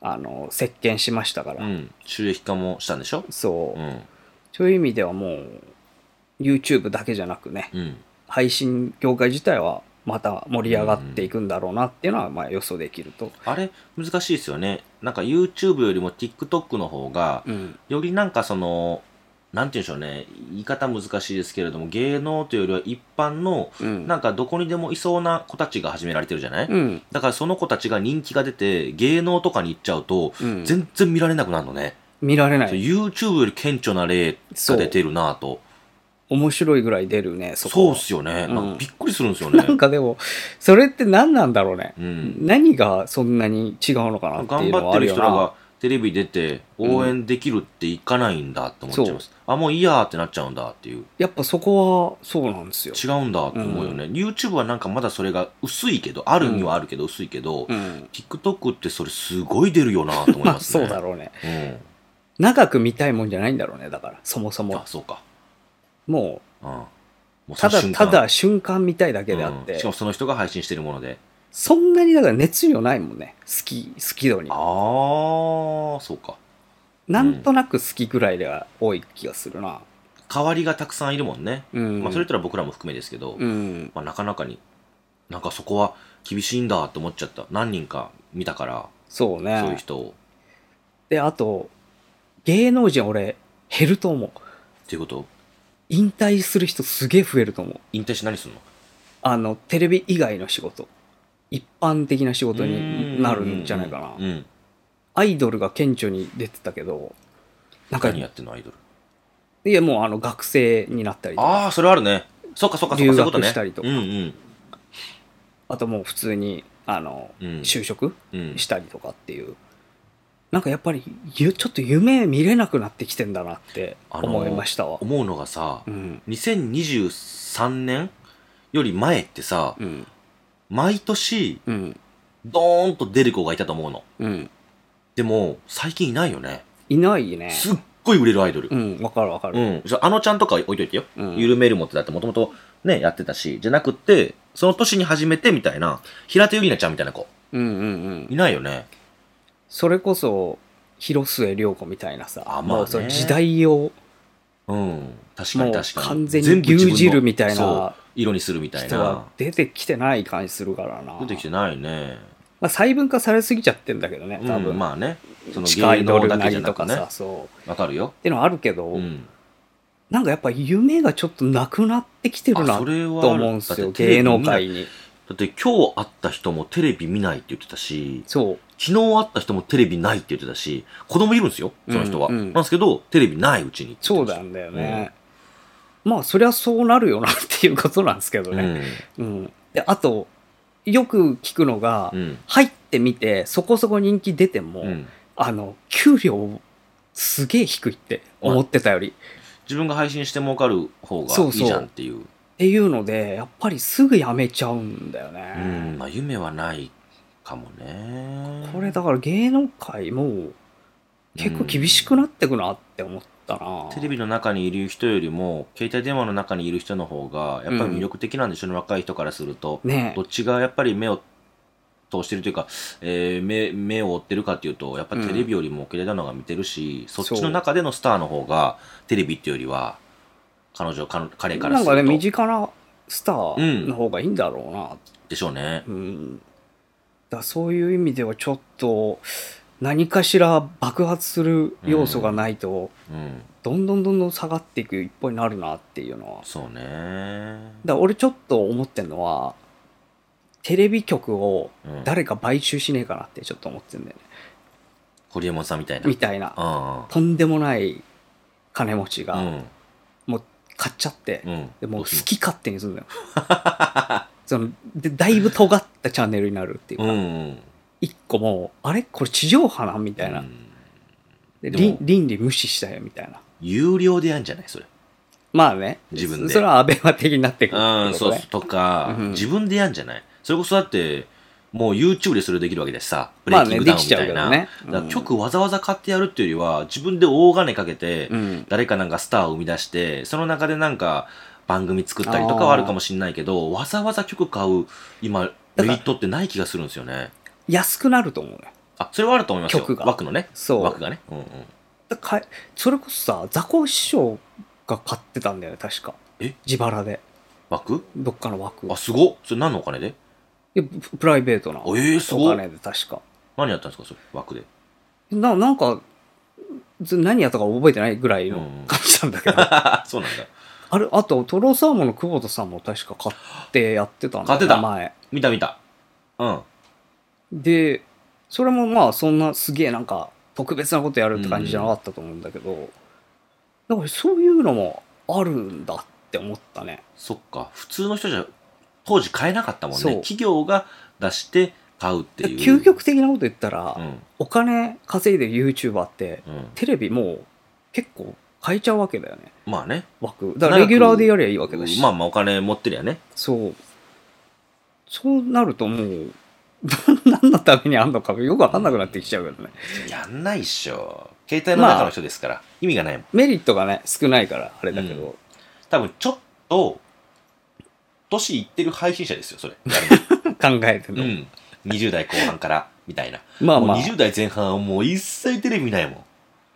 [SPEAKER 1] あの席巻しましたか
[SPEAKER 2] う
[SPEAKER 1] ら、
[SPEAKER 2] ん。収益化もしたんでしょ
[SPEAKER 1] そう、
[SPEAKER 2] うん。
[SPEAKER 1] そういう意味ではもう YouTube だけじゃなくね
[SPEAKER 2] うん。
[SPEAKER 1] 配信業界自体はまた盛り上がっていくんだろうなっていうのは、まあ予想できると。
[SPEAKER 2] あれ、難しいですよね。なんか YouTube よりも TikTok の方が、
[SPEAKER 1] うん。
[SPEAKER 2] よりなんかその、なんて言うんでしょうね。言い方難しいですけれども、芸能というよりは一般の、
[SPEAKER 1] うん。
[SPEAKER 2] なんかどこにでもいそうな子たちが始められてるじゃない、
[SPEAKER 1] うん。
[SPEAKER 2] だからその子たちが人気が出て、芸能とかに行っちゃうと、
[SPEAKER 1] うん
[SPEAKER 2] 全然見られなくなるのね。
[SPEAKER 1] 見られない。
[SPEAKER 2] YouTube より顕著な例が出てるなと。
[SPEAKER 1] 面白いぐらい出るね、そ
[SPEAKER 2] そ
[SPEAKER 1] こ
[SPEAKER 2] うっ。すよね。
[SPEAKER 1] うん
[SPEAKER 2] なんかびっくりするんですよね
[SPEAKER 1] な。んかでも、それって何なんだろうね。
[SPEAKER 2] うん。
[SPEAKER 1] 何がそんなに違うのかなってい
[SPEAKER 2] 頑
[SPEAKER 1] うの
[SPEAKER 2] 張っ
[SPEAKER 1] はあ
[SPEAKER 2] て
[SPEAKER 1] る
[SPEAKER 2] る
[SPEAKER 1] よ
[SPEAKER 2] 人
[SPEAKER 1] な。
[SPEAKER 2] らがテレビ出て応援できるっていかないんだって思っちゃいます。あ、もういいやーってなっちゃうんだっていう。
[SPEAKER 1] やっぱそこはそうなんですよ。
[SPEAKER 2] 違うんだって思うよね。YouTube はなんかまだそれが薄いけど、あるにはあるけど薄いけど、
[SPEAKER 1] うん。
[SPEAKER 2] TikTok ってそれすごい出るよなと思い
[SPEAKER 1] まあ
[SPEAKER 2] ま す
[SPEAKER 1] そ
[SPEAKER 2] ね。
[SPEAKER 1] うだろうね。
[SPEAKER 2] うん。
[SPEAKER 1] 長く見たいもんじゃないんだろうね、だから、そもそ
[SPEAKER 2] あ
[SPEAKER 1] も、。
[SPEAKER 2] そうか。
[SPEAKER 1] も
[SPEAKER 2] うん。もう
[SPEAKER 1] う、た
[SPEAKER 2] そ
[SPEAKER 1] だ
[SPEAKER 2] の瞬間
[SPEAKER 1] ただ瞬間見たいだけであって、
[SPEAKER 2] うんしかもその人が配信してるもので。
[SPEAKER 1] そんなにだから熱量ないもんね、好き、好き度に
[SPEAKER 2] あ。ー、そうか。
[SPEAKER 1] なんとなく好きぐらいでは多い気がするな。
[SPEAKER 2] 代わりがたくさんいるもんね。
[SPEAKER 1] うん。
[SPEAKER 2] まあ、それとら僕らも含めですけど、
[SPEAKER 1] うん。
[SPEAKER 2] まあ、なかなかに、なんかそこは厳しいんだって思っちゃった。何人か見たから、
[SPEAKER 1] そうね。
[SPEAKER 2] そういう人を。
[SPEAKER 1] で、あと、芸能人俺、減ると思う。
[SPEAKER 2] っていうこと
[SPEAKER 1] 引退する人すげえ増えると思う。
[SPEAKER 2] 引退して何するの
[SPEAKER 1] あの、テレビ以外の仕事。一般的な仕事になるんじゃないか
[SPEAKER 2] うんう
[SPEAKER 1] な。
[SPEAKER 2] んうん。
[SPEAKER 1] アイドルが顕著に出てたけど、なんか、
[SPEAKER 2] 何や
[SPEAKER 1] い
[SPEAKER 2] ってんのアイドル。
[SPEAKER 1] やもうあの学生になったりとか、
[SPEAKER 2] ああ、それあるね。そっかそっかそっか、そういうこと
[SPEAKER 1] 留
[SPEAKER 2] ね。
[SPEAKER 1] 学したりとか
[SPEAKER 2] うんうん。
[SPEAKER 1] あともう普通に、あの、
[SPEAKER 2] うん
[SPEAKER 1] 就職
[SPEAKER 2] うん、
[SPEAKER 1] したりとかっていう。なんかやっぱり、ゆちょっと夢見れなくなってきてんだなって思いましたわ。
[SPEAKER 2] 思うのがさ、
[SPEAKER 1] うん。
[SPEAKER 2] 2023年より前ってさ、
[SPEAKER 1] うん。
[SPEAKER 2] 毎年、
[SPEAKER 1] うん。
[SPEAKER 2] ドーンと出る子がいたと思うの。
[SPEAKER 1] うん。
[SPEAKER 2] でも、最近いないよね。
[SPEAKER 1] いないね。
[SPEAKER 2] すっごい売れるアイドル
[SPEAKER 1] う。ん、わかるわか
[SPEAKER 2] う
[SPEAKER 1] る。
[SPEAKER 2] ん。じゃあ、あのちゃんとか置いといてよ。
[SPEAKER 1] うん
[SPEAKER 2] ゆるめるもってだってもともとね、やってたし、じゃなくって、その年に始めてみたいな、平手ゆりなちゃんみたいな子、
[SPEAKER 1] うんうんうん
[SPEAKER 2] い。ないよね。
[SPEAKER 1] それこそ、広末涼子みたいなさ、
[SPEAKER 2] あまあね
[SPEAKER 1] もうその時代を
[SPEAKER 2] うん。確か
[SPEAKER 1] もう
[SPEAKER 2] に確かに。
[SPEAKER 1] 完全に
[SPEAKER 2] 全部
[SPEAKER 1] 牛
[SPEAKER 2] 自分の
[SPEAKER 1] 耳るみたい
[SPEAKER 2] そう
[SPEAKER 1] な
[SPEAKER 2] 色にするみたい
[SPEAKER 1] 人は
[SPEAKER 2] な。
[SPEAKER 1] 出てきてない感じするからな。
[SPEAKER 2] 出てきてないね。
[SPEAKER 1] まあ、細分化されすぎちゃってんだけどね、多
[SPEAKER 2] う
[SPEAKER 1] 分。
[SPEAKER 2] ん、まあね。その
[SPEAKER 1] 地下ア
[SPEAKER 2] 芸
[SPEAKER 1] イド
[SPEAKER 2] 能
[SPEAKER 1] ル
[SPEAKER 2] だ
[SPEAKER 1] な
[SPEAKER 2] けじゃ
[SPEAKER 1] り
[SPEAKER 2] な
[SPEAKER 1] と
[SPEAKER 2] く
[SPEAKER 1] か
[SPEAKER 2] ね
[SPEAKER 1] さ、。そう。
[SPEAKER 2] わかるよ
[SPEAKER 1] っ。てのはあるけど、
[SPEAKER 2] うん。
[SPEAKER 1] なんかやっぱ夢がちょっとなくなってきてるな
[SPEAKER 2] あ
[SPEAKER 1] と
[SPEAKER 2] それはある
[SPEAKER 1] 思うんです
[SPEAKER 2] だ
[SPEAKER 1] よ、
[SPEAKER 2] ってテレ
[SPEAKER 1] 芸
[SPEAKER 2] ビ
[SPEAKER 1] 能
[SPEAKER 2] 見ない
[SPEAKER 1] 界に。
[SPEAKER 2] だって今日会った人もテレビ見ないって言ってたし、
[SPEAKER 1] そう。
[SPEAKER 2] 昨日会った人もテレビないって言ってたし、子供いるんですよ、その人は。
[SPEAKER 1] うんうん
[SPEAKER 2] なんですけど、テレビないうちにって言
[SPEAKER 1] そ
[SPEAKER 2] っ
[SPEAKER 1] う
[SPEAKER 2] てた
[SPEAKER 1] な
[SPEAKER 2] し。
[SPEAKER 1] んだよね。まあ、そりゃそうなるよなっていうことなんですけどね。うん。で、あと、よく聞くのが、
[SPEAKER 2] うん。うん。
[SPEAKER 1] 入ってみて、そこそこ人気出ても、
[SPEAKER 2] うん
[SPEAKER 1] あの、給料、すげえ低いって思ってたより。
[SPEAKER 2] 自分が配信して儲かる方が
[SPEAKER 1] そ
[SPEAKER 2] いうい
[SPEAKER 1] そう
[SPEAKER 2] じゃんっていう。
[SPEAKER 1] っていうので、やっぱりすぐ辞めちゃうんだよ
[SPEAKER 2] う
[SPEAKER 1] ね
[SPEAKER 2] ん。。まあ、夢はないかもね。
[SPEAKER 1] これだから芸能界も結構厳しくなってくなって思ったな。
[SPEAKER 2] テレビの中にいる人よりも、携帯電話の中にいる人の方が、やっぱり魅力的なんでしょうね、若い人からすると。
[SPEAKER 1] ね
[SPEAKER 2] どっちがやっぱり目を通してるというか、えー目目を追ってるかというと、やっぱテレビよりも携帯電話の方が見てるし、そっちの中でのスターの方が、テレビっていうよりは、彼女、彼彼から
[SPEAKER 1] な
[SPEAKER 2] す
[SPEAKER 1] んかね、
[SPEAKER 2] る
[SPEAKER 1] 身
[SPEAKER 2] と。
[SPEAKER 1] 近なスターの方がいいんだろうな。
[SPEAKER 2] でしょうね。
[SPEAKER 1] うん。だからそういう意味ではちょっと、何かしら爆発する要素がないと、
[SPEAKER 2] うん。
[SPEAKER 1] どんどんどんどん下がっていく一方になるなっていうのは。だか
[SPEAKER 2] そうね。
[SPEAKER 1] ら俺ちょっと思ってんのは、テレビ局を
[SPEAKER 2] うん
[SPEAKER 1] 誰か買収しねえかなってちょっと思ってんだよね。
[SPEAKER 2] ホリエモンさんみたいな。
[SPEAKER 1] みたいな。
[SPEAKER 2] あ
[SPEAKER 1] とんでもない金持ち
[SPEAKER 2] あ。う
[SPEAKER 1] が
[SPEAKER 2] ん。
[SPEAKER 1] 買っちゃって、
[SPEAKER 2] うん。
[SPEAKER 1] でもう
[SPEAKER 2] ど
[SPEAKER 1] 好
[SPEAKER 2] すんの
[SPEAKER 1] き勝手にするんだよ。 そのでだいぶ尖ったチャンネルになるっていう
[SPEAKER 2] う
[SPEAKER 1] か、
[SPEAKER 2] んうん。み
[SPEAKER 1] 一個もう、あれこれ地上波なんみたいな、で
[SPEAKER 2] でも
[SPEAKER 1] 倫。倫理無視したよみたいな。
[SPEAKER 2] 有料でやんじゃないそれ。
[SPEAKER 1] まあね。
[SPEAKER 2] 自分で
[SPEAKER 1] それはアベマ的になってくる
[SPEAKER 2] うん、
[SPEAKER 1] ってこ
[SPEAKER 2] そ
[SPEAKER 1] と
[SPEAKER 2] う
[SPEAKER 1] ね
[SPEAKER 2] そう。とか、
[SPEAKER 1] うん
[SPEAKER 2] 自分でやんじゃないそれこそだって、もう YouTube でそれできるわけだしさ、ブレ
[SPEAKER 1] まあ
[SPEAKER 2] イキン
[SPEAKER 1] ね、
[SPEAKER 2] グダ
[SPEAKER 1] で
[SPEAKER 2] ウン
[SPEAKER 1] き
[SPEAKER 2] み
[SPEAKER 1] ちゃ
[SPEAKER 2] た
[SPEAKER 1] う
[SPEAKER 2] い
[SPEAKER 1] け
[SPEAKER 2] な。
[SPEAKER 1] どね。
[SPEAKER 2] だ
[SPEAKER 1] う
[SPEAKER 2] から
[SPEAKER 1] ん
[SPEAKER 2] 曲わざわざ買ってやるっていうよりは、自分で大金かけて、
[SPEAKER 1] うん
[SPEAKER 2] 誰かなんかスターを生み出して、その中でなんか番組作ったりとかはあるかもしれないけど、わざわざ曲買う、今、
[SPEAKER 1] ら
[SPEAKER 2] メリットってない気がするんですよね。
[SPEAKER 1] 安くなると思うね。
[SPEAKER 2] あ、それはあると思いますよ。
[SPEAKER 1] 曲が
[SPEAKER 2] 枠のね。
[SPEAKER 1] そう
[SPEAKER 2] 枠がね。うんうん。
[SPEAKER 1] だかいそれこそさ、ザコシショウが買ってたんだよね、確か。
[SPEAKER 2] え
[SPEAKER 1] 自腹で。
[SPEAKER 2] 枠
[SPEAKER 1] どっかの枠。い
[SPEAKER 2] あ、すごっそれ何のお金で
[SPEAKER 1] やププライベートな
[SPEAKER 2] あ
[SPEAKER 1] お
[SPEAKER 2] ええすごっ
[SPEAKER 1] 金で確か。
[SPEAKER 2] 何やったんですかそれ、枠で。
[SPEAKER 1] ななんか、ず何やったか覚えてないぐらいの
[SPEAKER 2] うん
[SPEAKER 1] 感じなんだけ ど。
[SPEAKER 2] そうなんだ。
[SPEAKER 1] あれ、あと、トロサーモンの久保田さんも確か買ってやってたんだ
[SPEAKER 2] 買ってた
[SPEAKER 1] 前。
[SPEAKER 2] 見た見た。うん。
[SPEAKER 1] で、それもまあ、そんなすげえなんか、特別なことやるって感じじゃなかったと思うんだけど、だからそういうのもあるんだって思ったね。
[SPEAKER 2] そっか。普通の人じゃ、当時買えなかったもん
[SPEAKER 1] そう
[SPEAKER 2] ね。企業が出して買うっていう。
[SPEAKER 1] 究極的なこと言ったら、
[SPEAKER 2] うん。
[SPEAKER 1] お金稼いでる YouTuber って、
[SPEAKER 2] うん。
[SPEAKER 1] テレビもう結構変えちゃうわけだよね。
[SPEAKER 2] まあね。
[SPEAKER 1] 枠。だからレギュラーでやりゃいいわけだし。
[SPEAKER 2] まあまあお金持ってりゃね。
[SPEAKER 1] そう。そうなるともう、 な何のためにあんのかよくわかんなくなってきちゃうけどね。
[SPEAKER 2] やんないっしょ。携帯の中の人ですから、意味がないもん。
[SPEAKER 1] メリットがね、少ないから、あれだけど。
[SPEAKER 2] 多分ちょっと、年いってる配信者ですよ、 それ。
[SPEAKER 1] 考えて
[SPEAKER 2] う
[SPEAKER 1] の、
[SPEAKER 2] ん。20代後半から、みたいな。
[SPEAKER 1] まあま
[SPEAKER 2] も
[SPEAKER 1] あ
[SPEAKER 2] う、20代前半はもう一切テレビ見ないもん。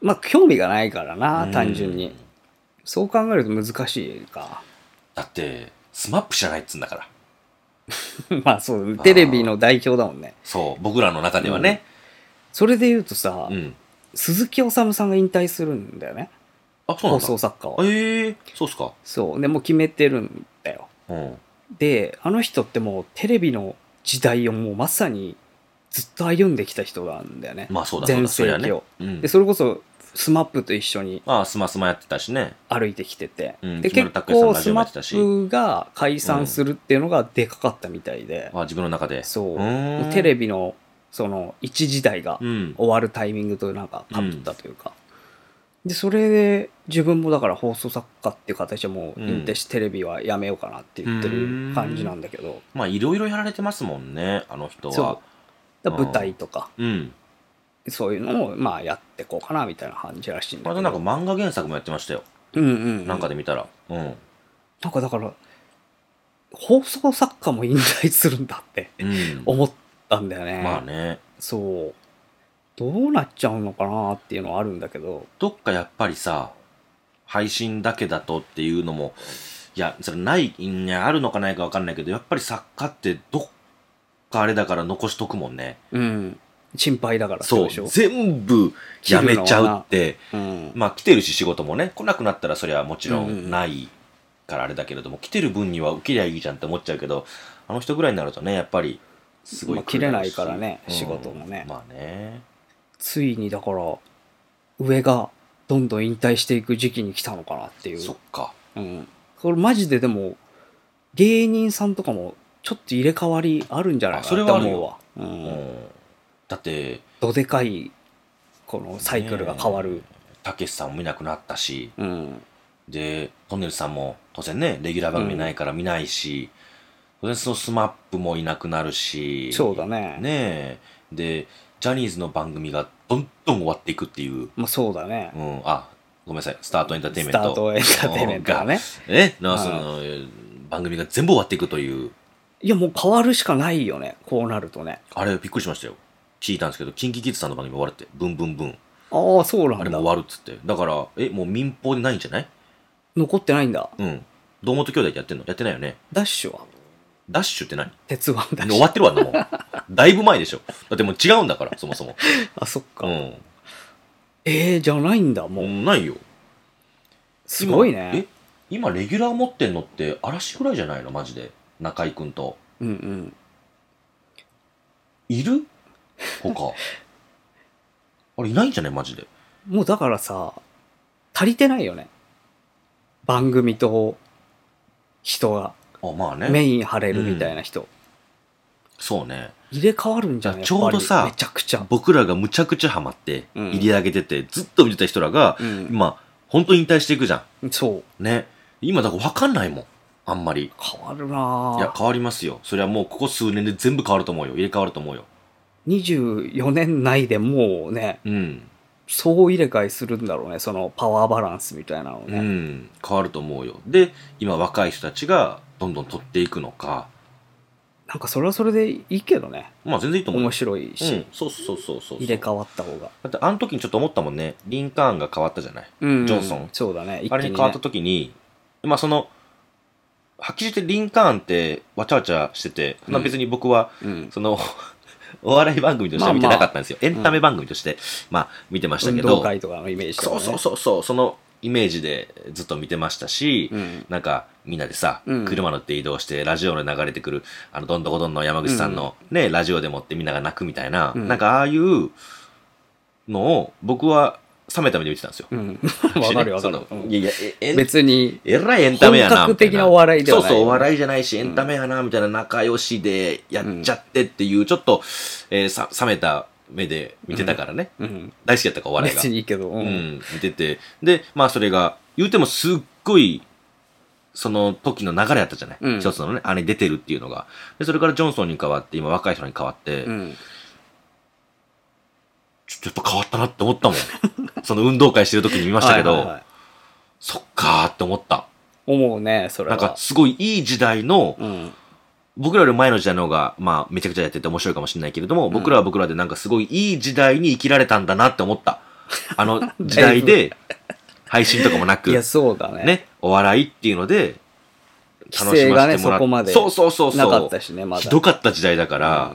[SPEAKER 1] まあ、興味がないからな、
[SPEAKER 2] うん
[SPEAKER 1] 単純に。そう考えると難しいか。
[SPEAKER 2] だって、スマップ知らないっつうんだから。
[SPEAKER 1] まあそう、テレビの代表だもんね。
[SPEAKER 2] そう、僕らの中ではね。
[SPEAKER 1] それで言うとさ、
[SPEAKER 2] うん。
[SPEAKER 1] 鈴木おさむさんが引退するんだよね。
[SPEAKER 2] あ、そうなん
[SPEAKER 1] 放
[SPEAKER 2] だ。
[SPEAKER 1] 送作家は。
[SPEAKER 2] ええそうっすか。
[SPEAKER 1] そう。で、もう決めてるんだよ。
[SPEAKER 2] うん。
[SPEAKER 1] で、あの人ってもうテレビの時代をもうまさにずっと歩んできた人なんだよね。
[SPEAKER 2] まあそうだそう
[SPEAKER 1] 全
[SPEAKER 2] だ、そりゃ
[SPEAKER 1] 盛期
[SPEAKER 2] ね。
[SPEAKER 1] を。
[SPEAKER 2] うん
[SPEAKER 1] で、。それこそ、スマップと一緒に
[SPEAKER 2] まあ、スマスマやってたしね。
[SPEAKER 1] 歩いてきてて、
[SPEAKER 2] うん
[SPEAKER 1] で
[SPEAKER 2] 木村
[SPEAKER 1] 結
[SPEAKER 2] 拓哉さん
[SPEAKER 1] 構
[SPEAKER 2] ラ
[SPEAKER 1] ス
[SPEAKER 2] ジオも
[SPEAKER 1] マ
[SPEAKER 2] やってたし
[SPEAKER 1] ップが解散するっていうのがでかかったみたいで、
[SPEAKER 2] あ自分の中で。
[SPEAKER 1] そう
[SPEAKER 2] う
[SPEAKER 1] テレ
[SPEAKER 2] ビ。
[SPEAKER 1] ビのその一時代が
[SPEAKER 2] うん。
[SPEAKER 1] 終わるタイミングとなんかかぶったというか、でそれで自分もだから放送作家っていう形はもう引退し、テレビはやめようかなって言ってる感じなんだけど、
[SPEAKER 2] まあ、いろいろやられてますもんね、あの人
[SPEAKER 1] そう
[SPEAKER 2] は。
[SPEAKER 1] だから舞台とか
[SPEAKER 2] うん。
[SPEAKER 1] そういうのをまあやってこうかなみたいな感じらしいんだ
[SPEAKER 2] ま
[SPEAKER 1] けど
[SPEAKER 2] たなんか漫画原作もやってましたよ。
[SPEAKER 1] うんうん、
[SPEAKER 2] なんかで見たら。うん。
[SPEAKER 1] なんかだから放送作家も引退するんだって
[SPEAKER 2] うん。
[SPEAKER 1] 思ったんだよね。
[SPEAKER 2] まあね。
[SPEAKER 1] そう。どうなっちゃうのかなっていうのはあるんだけど、
[SPEAKER 2] どっかやっぱりさ、配信だけだとっていうのも、いや、それない、いやあるのかないかわかんないけど、やっぱり作家ってどっかあれだから残しとくもんね。
[SPEAKER 1] うん。心配だからってこ
[SPEAKER 2] そ
[SPEAKER 1] とでしょ
[SPEAKER 2] う。全部やめちゃうって、
[SPEAKER 1] うん。
[SPEAKER 2] まあ来てるし仕事もね、来なくなったらそれはもちろ
[SPEAKER 1] うんうん
[SPEAKER 2] んないからあれだけれども、来てる分には受けりゃいいじゃんって思っちゃうけど、あの人ぐらいになるとね、やっぱり、すごい
[SPEAKER 1] まあ
[SPEAKER 2] 来るだろうし
[SPEAKER 1] 切れないからね仕事もね
[SPEAKER 2] まあね。
[SPEAKER 1] ついにだから、上がどんどん引退していく時期に来たのかなってい
[SPEAKER 2] そっ
[SPEAKER 1] う。
[SPEAKER 2] か。
[SPEAKER 1] うん。これマジででも、芸人さんとかもちょっと入れ替わりあるんじゃないかなって思うわ。う。
[SPEAKER 2] うんん。だって、
[SPEAKER 1] どでかい、このサイクルが変わる。
[SPEAKER 2] たけしさんも見なくなったし、
[SPEAKER 1] うん。
[SPEAKER 2] で、トンネルズさんも当然ね、レギュラー番組ないから見ないし、当然そのスマップもいなくなるし、
[SPEAKER 1] そうだね。
[SPEAKER 2] ねえ。で、ジャニーズの番組がどんどん終わっていくっていう、
[SPEAKER 1] まあそうだね。
[SPEAKER 2] うん、あ、ごめんなさい、スタートエンターテインメ
[SPEAKER 1] ス
[SPEAKER 2] ント。
[SPEAKER 1] タートエンターテインメントだね。
[SPEAKER 2] えな
[SPEAKER 1] うん
[SPEAKER 2] その、番組が全部終わっていくという、
[SPEAKER 1] いや、もう変わるしかないよね。こうなるとね。
[SPEAKER 2] あれびっくりしましたよ。聞いたんですけど、キンキキッズさんの番組終わるって、ブンブンブン。
[SPEAKER 1] ああ、そうな
[SPEAKER 2] あれ
[SPEAKER 1] んだ
[SPEAKER 2] も終。わるっつって。だから、え、もう民放でないんじゃない
[SPEAKER 1] 残ってないんだ。
[SPEAKER 2] うん。堂本兄弟ってやってんのやってないよね。
[SPEAKER 1] ダッシュは
[SPEAKER 2] ダッシュって何
[SPEAKER 1] 鉄腕ダッ
[SPEAKER 2] 終
[SPEAKER 1] シュ。
[SPEAKER 2] わってるわな、もう。 だいぶ前でしょ。だってもう違うんだから、そもそも。
[SPEAKER 1] あ、そっか。
[SPEAKER 2] うん。
[SPEAKER 1] えー、じゃないんだ、もう。
[SPEAKER 2] もうないよ。
[SPEAKER 1] すごい
[SPEAKER 2] 今え
[SPEAKER 1] ね。
[SPEAKER 2] 今、レギュラー持ってんのって、嵐ぐらいじゃないのマジで。中居くんと。
[SPEAKER 1] うんうん。
[SPEAKER 2] いる他。あれ、いないんじゃないマジで。
[SPEAKER 1] もうだからさ、足りてないよね。番組と人が、
[SPEAKER 2] あ、まあ
[SPEAKER 1] メ
[SPEAKER 2] ね。
[SPEAKER 1] イン張れるみたいな人。
[SPEAKER 2] そうね。
[SPEAKER 1] 入れ替わるんじゃない
[SPEAKER 2] ちょうどさ
[SPEAKER 1] やっぱりめちゃくちゃ。
[SPEAKER 2] 僕らがむちゃくちゃハマって、
[SPEAKER 1] うん
[SPEAKER 2] 入り上げてて、ずっと見てた人らが
[SPEAKER 1] う、ん。
[SPEAKER 2] 今、本当引退していくじゃ
[SPEAKER 1] そう。
[SPEAKER 2] ん。ね。今、だから分かんないもん。あんまり。
[SPEAKER 1] 変わるない
[SPEAKER 2] や、
[SPEAKER 1] ぁ。
[SPEAKER 2] 変わりますよ。それはもう、ここ数年で全部変わると思うよ。入れ替わると思うよ。
[SPEAKER 1] 24年内でもうね、
[SPEAKER 2] うん。
[SPEAKER 1] 総入れ替えするんだろうね。そのパワーバランスみたいなのを
[SPEAKER 2] う
[SPEAKER 1] ね。
[SPEAKER 2] ん、変わると思うよ。で、今若い人たちがどんどん取っていくのか。
[SPEAKER 1] なんかそれはそれでいいけどね。
[SPEAKER 2] まあ全然いいと思うよ。
[SPEAKER 1] 面白いし、
[SPEAKER 2] うん、そうそうそうそう。
[SPEAKER 1] 入れ替わった方が。
[SPEAKER 2] だってあの時にちょっと思ったもんね。リンカーンが変わったじゃない。
[SPEAKER 1] うん
[SPEAKER 2] ジョンソン
[SPEAKER 1] そうだね。一気
[SPEAKER 2] あ
[SPEAKER 1] に、
[SPEAKER 2] れ
[SPEAKER 1] ね。
[SPEAKER 2] に変わった時に、まあその、はっきりしてリンカーンってわちゃわちゃしてて、そんな別に僕は、
[SPEAKER 1] うん。
[SPEAKER 2] その、 お笑い番組としては見てなかったんですよ。エンタメ番組として、まあ、見てましたけ
[SPEAKER 1] 運
[SPEAKER 2] ど、
[SPEAKER 1] 動会とかのイメージとか、
[SPEAKER 2] そう
[SPEAKER 1] ね。
[SPEAKER 2] そうそうそう、そのイメージでずっと見てましたし、
[SPEAKER 1] うん
[SPEAKER 2] なんかみんなでさ、
[SPEAKER 1] うん
[SPEAKER 2] 車乗って移動して、ラジオで流れてくる、あの、どんどこどんの山口さんのね、ラジオでもってみんなが泣くみたいな、
[SPEAKER 1] うん
[SPEAKER 2] なんかああいうのを僕は冷めた目で見てたんですよ。
[SPEAKER 1] う。ん。 わかるわかる
[SPEAKER 2] そ。のいやいや、え、え
[SPEAKER 1] 別に、
[SPEAKER 2] えらいエンタメやな。
[SPEAKER 1] 本格的なお笑いではない
[SPEAKER 2] そうそう、お笑いじゃないし、エンタメやな、みたいな仲良しでやっちゃってっていう、ちょっと、えーさ、冷めた目で見てたからね。
[SPEAKER 1] うん。
[SPEAKER 2] 大好きやったから、お笑いが
[SPEAKER 1] 別。にいいけど。う
[SPEAKER 2] う。ん、見てて。で、まあそれが、言うてもすっごい、その時の流れやったじゃない。
[SPEAKER 1] うん
[SPEAKER 2] 一つのね、あれ出てるっていうのが。で、それからジョンソンに変わって、今若い人に変わって、
[SPEAKER 1] うん。
[SPEAKER 2] ちょっとやっぱ変わったなって思ったもん。 その運動会してる時に見ましたけど、
[SPEAKER 1] はいはいはい
[SPEAKER 2] そっかーって思った。
[SPEAKER 1] 思うね、それ
[SPEAKER 2] な
[SPEAKER 1] は。
[SPEAKER 2] んかすごいいい時代の、
[SPEAKER 1] うん。
[SPEAKER 2] 僕らより前の時代の方が、まあめちゃくちゃやってて面白いかもしれないけれども、僕らは僕らでなんかすごいいい時代に生きられたんだなって思った。あの時代で、配信とかもなく。
[SPEAKER 1] いや、そうだね。
[SPEAKER 2] ね、お笑いっていうので、
[SPEAKER 1] 規制がね
[SPEAKER 2] 楽しませてもらっ
[SPEAKER 1] そこまで
[SPEAKER 2] そうそうそうそう。
[SPEAKER 1] なかったしねまだ
[SPEAKER 2] ひどかった時代だから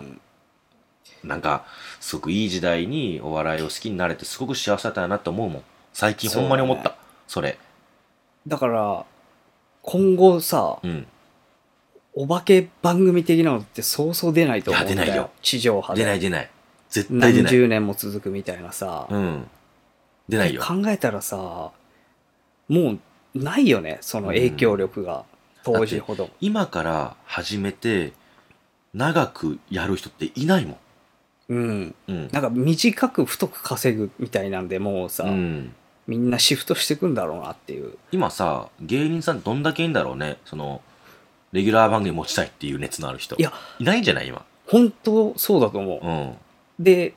[SPEAKER 1] う、ん
[SPEAKER 2] なんか、すごくいい時代にお笑いを好きになれて、すごく幸せだったなと思うもん。最近ほんまに思った。そ,、
[SPEAKER 1] だから、今後さ、
[SPEAKER 2] れ。うん。
[SPEAKER 1] お化け番組的なのってそうそう出ないと思うんだよ。
[SPEAKER 2] いや出ないよ
[SPEAKER 1] 地上波で。
[SPEAKER 2] 出ない出ない。絶対出
[SPEAKER 1] 何
[SPEAKER 2] ない。
[SPEAKER 1] 十年も続くみたいなさ。
[SPEAKER 2] うん。出ないよ。
[SPEAKER 1] 考えたらさ、もうないよね、その影響力が。当時ほど。
[SPEAKER 2] 今から始めて、長くやる人っていないも
[SPEAKER 1] うん。
[SPEAKER 2] ん。うん。
[SPEAKER 1] なんか短く太く稼ぐみたいなんで、もうさ、
[SPEAKER 2] うん、
[SPEAKER 1] みんなシフトしてくんだろうなっていう。
[SPEAKER 2] 今さ、芸人さんどんだけいいんだろうね。その、レギュラー番組持ちたいっていう熱のある人。
[SPEAKER 1] いや、
[SPEAKER 2] いないんじゃない今。
[SPEAKER 1] 本当そうだと思う。
[SPEAKER 2] うん。
[SPEAKER 1] で、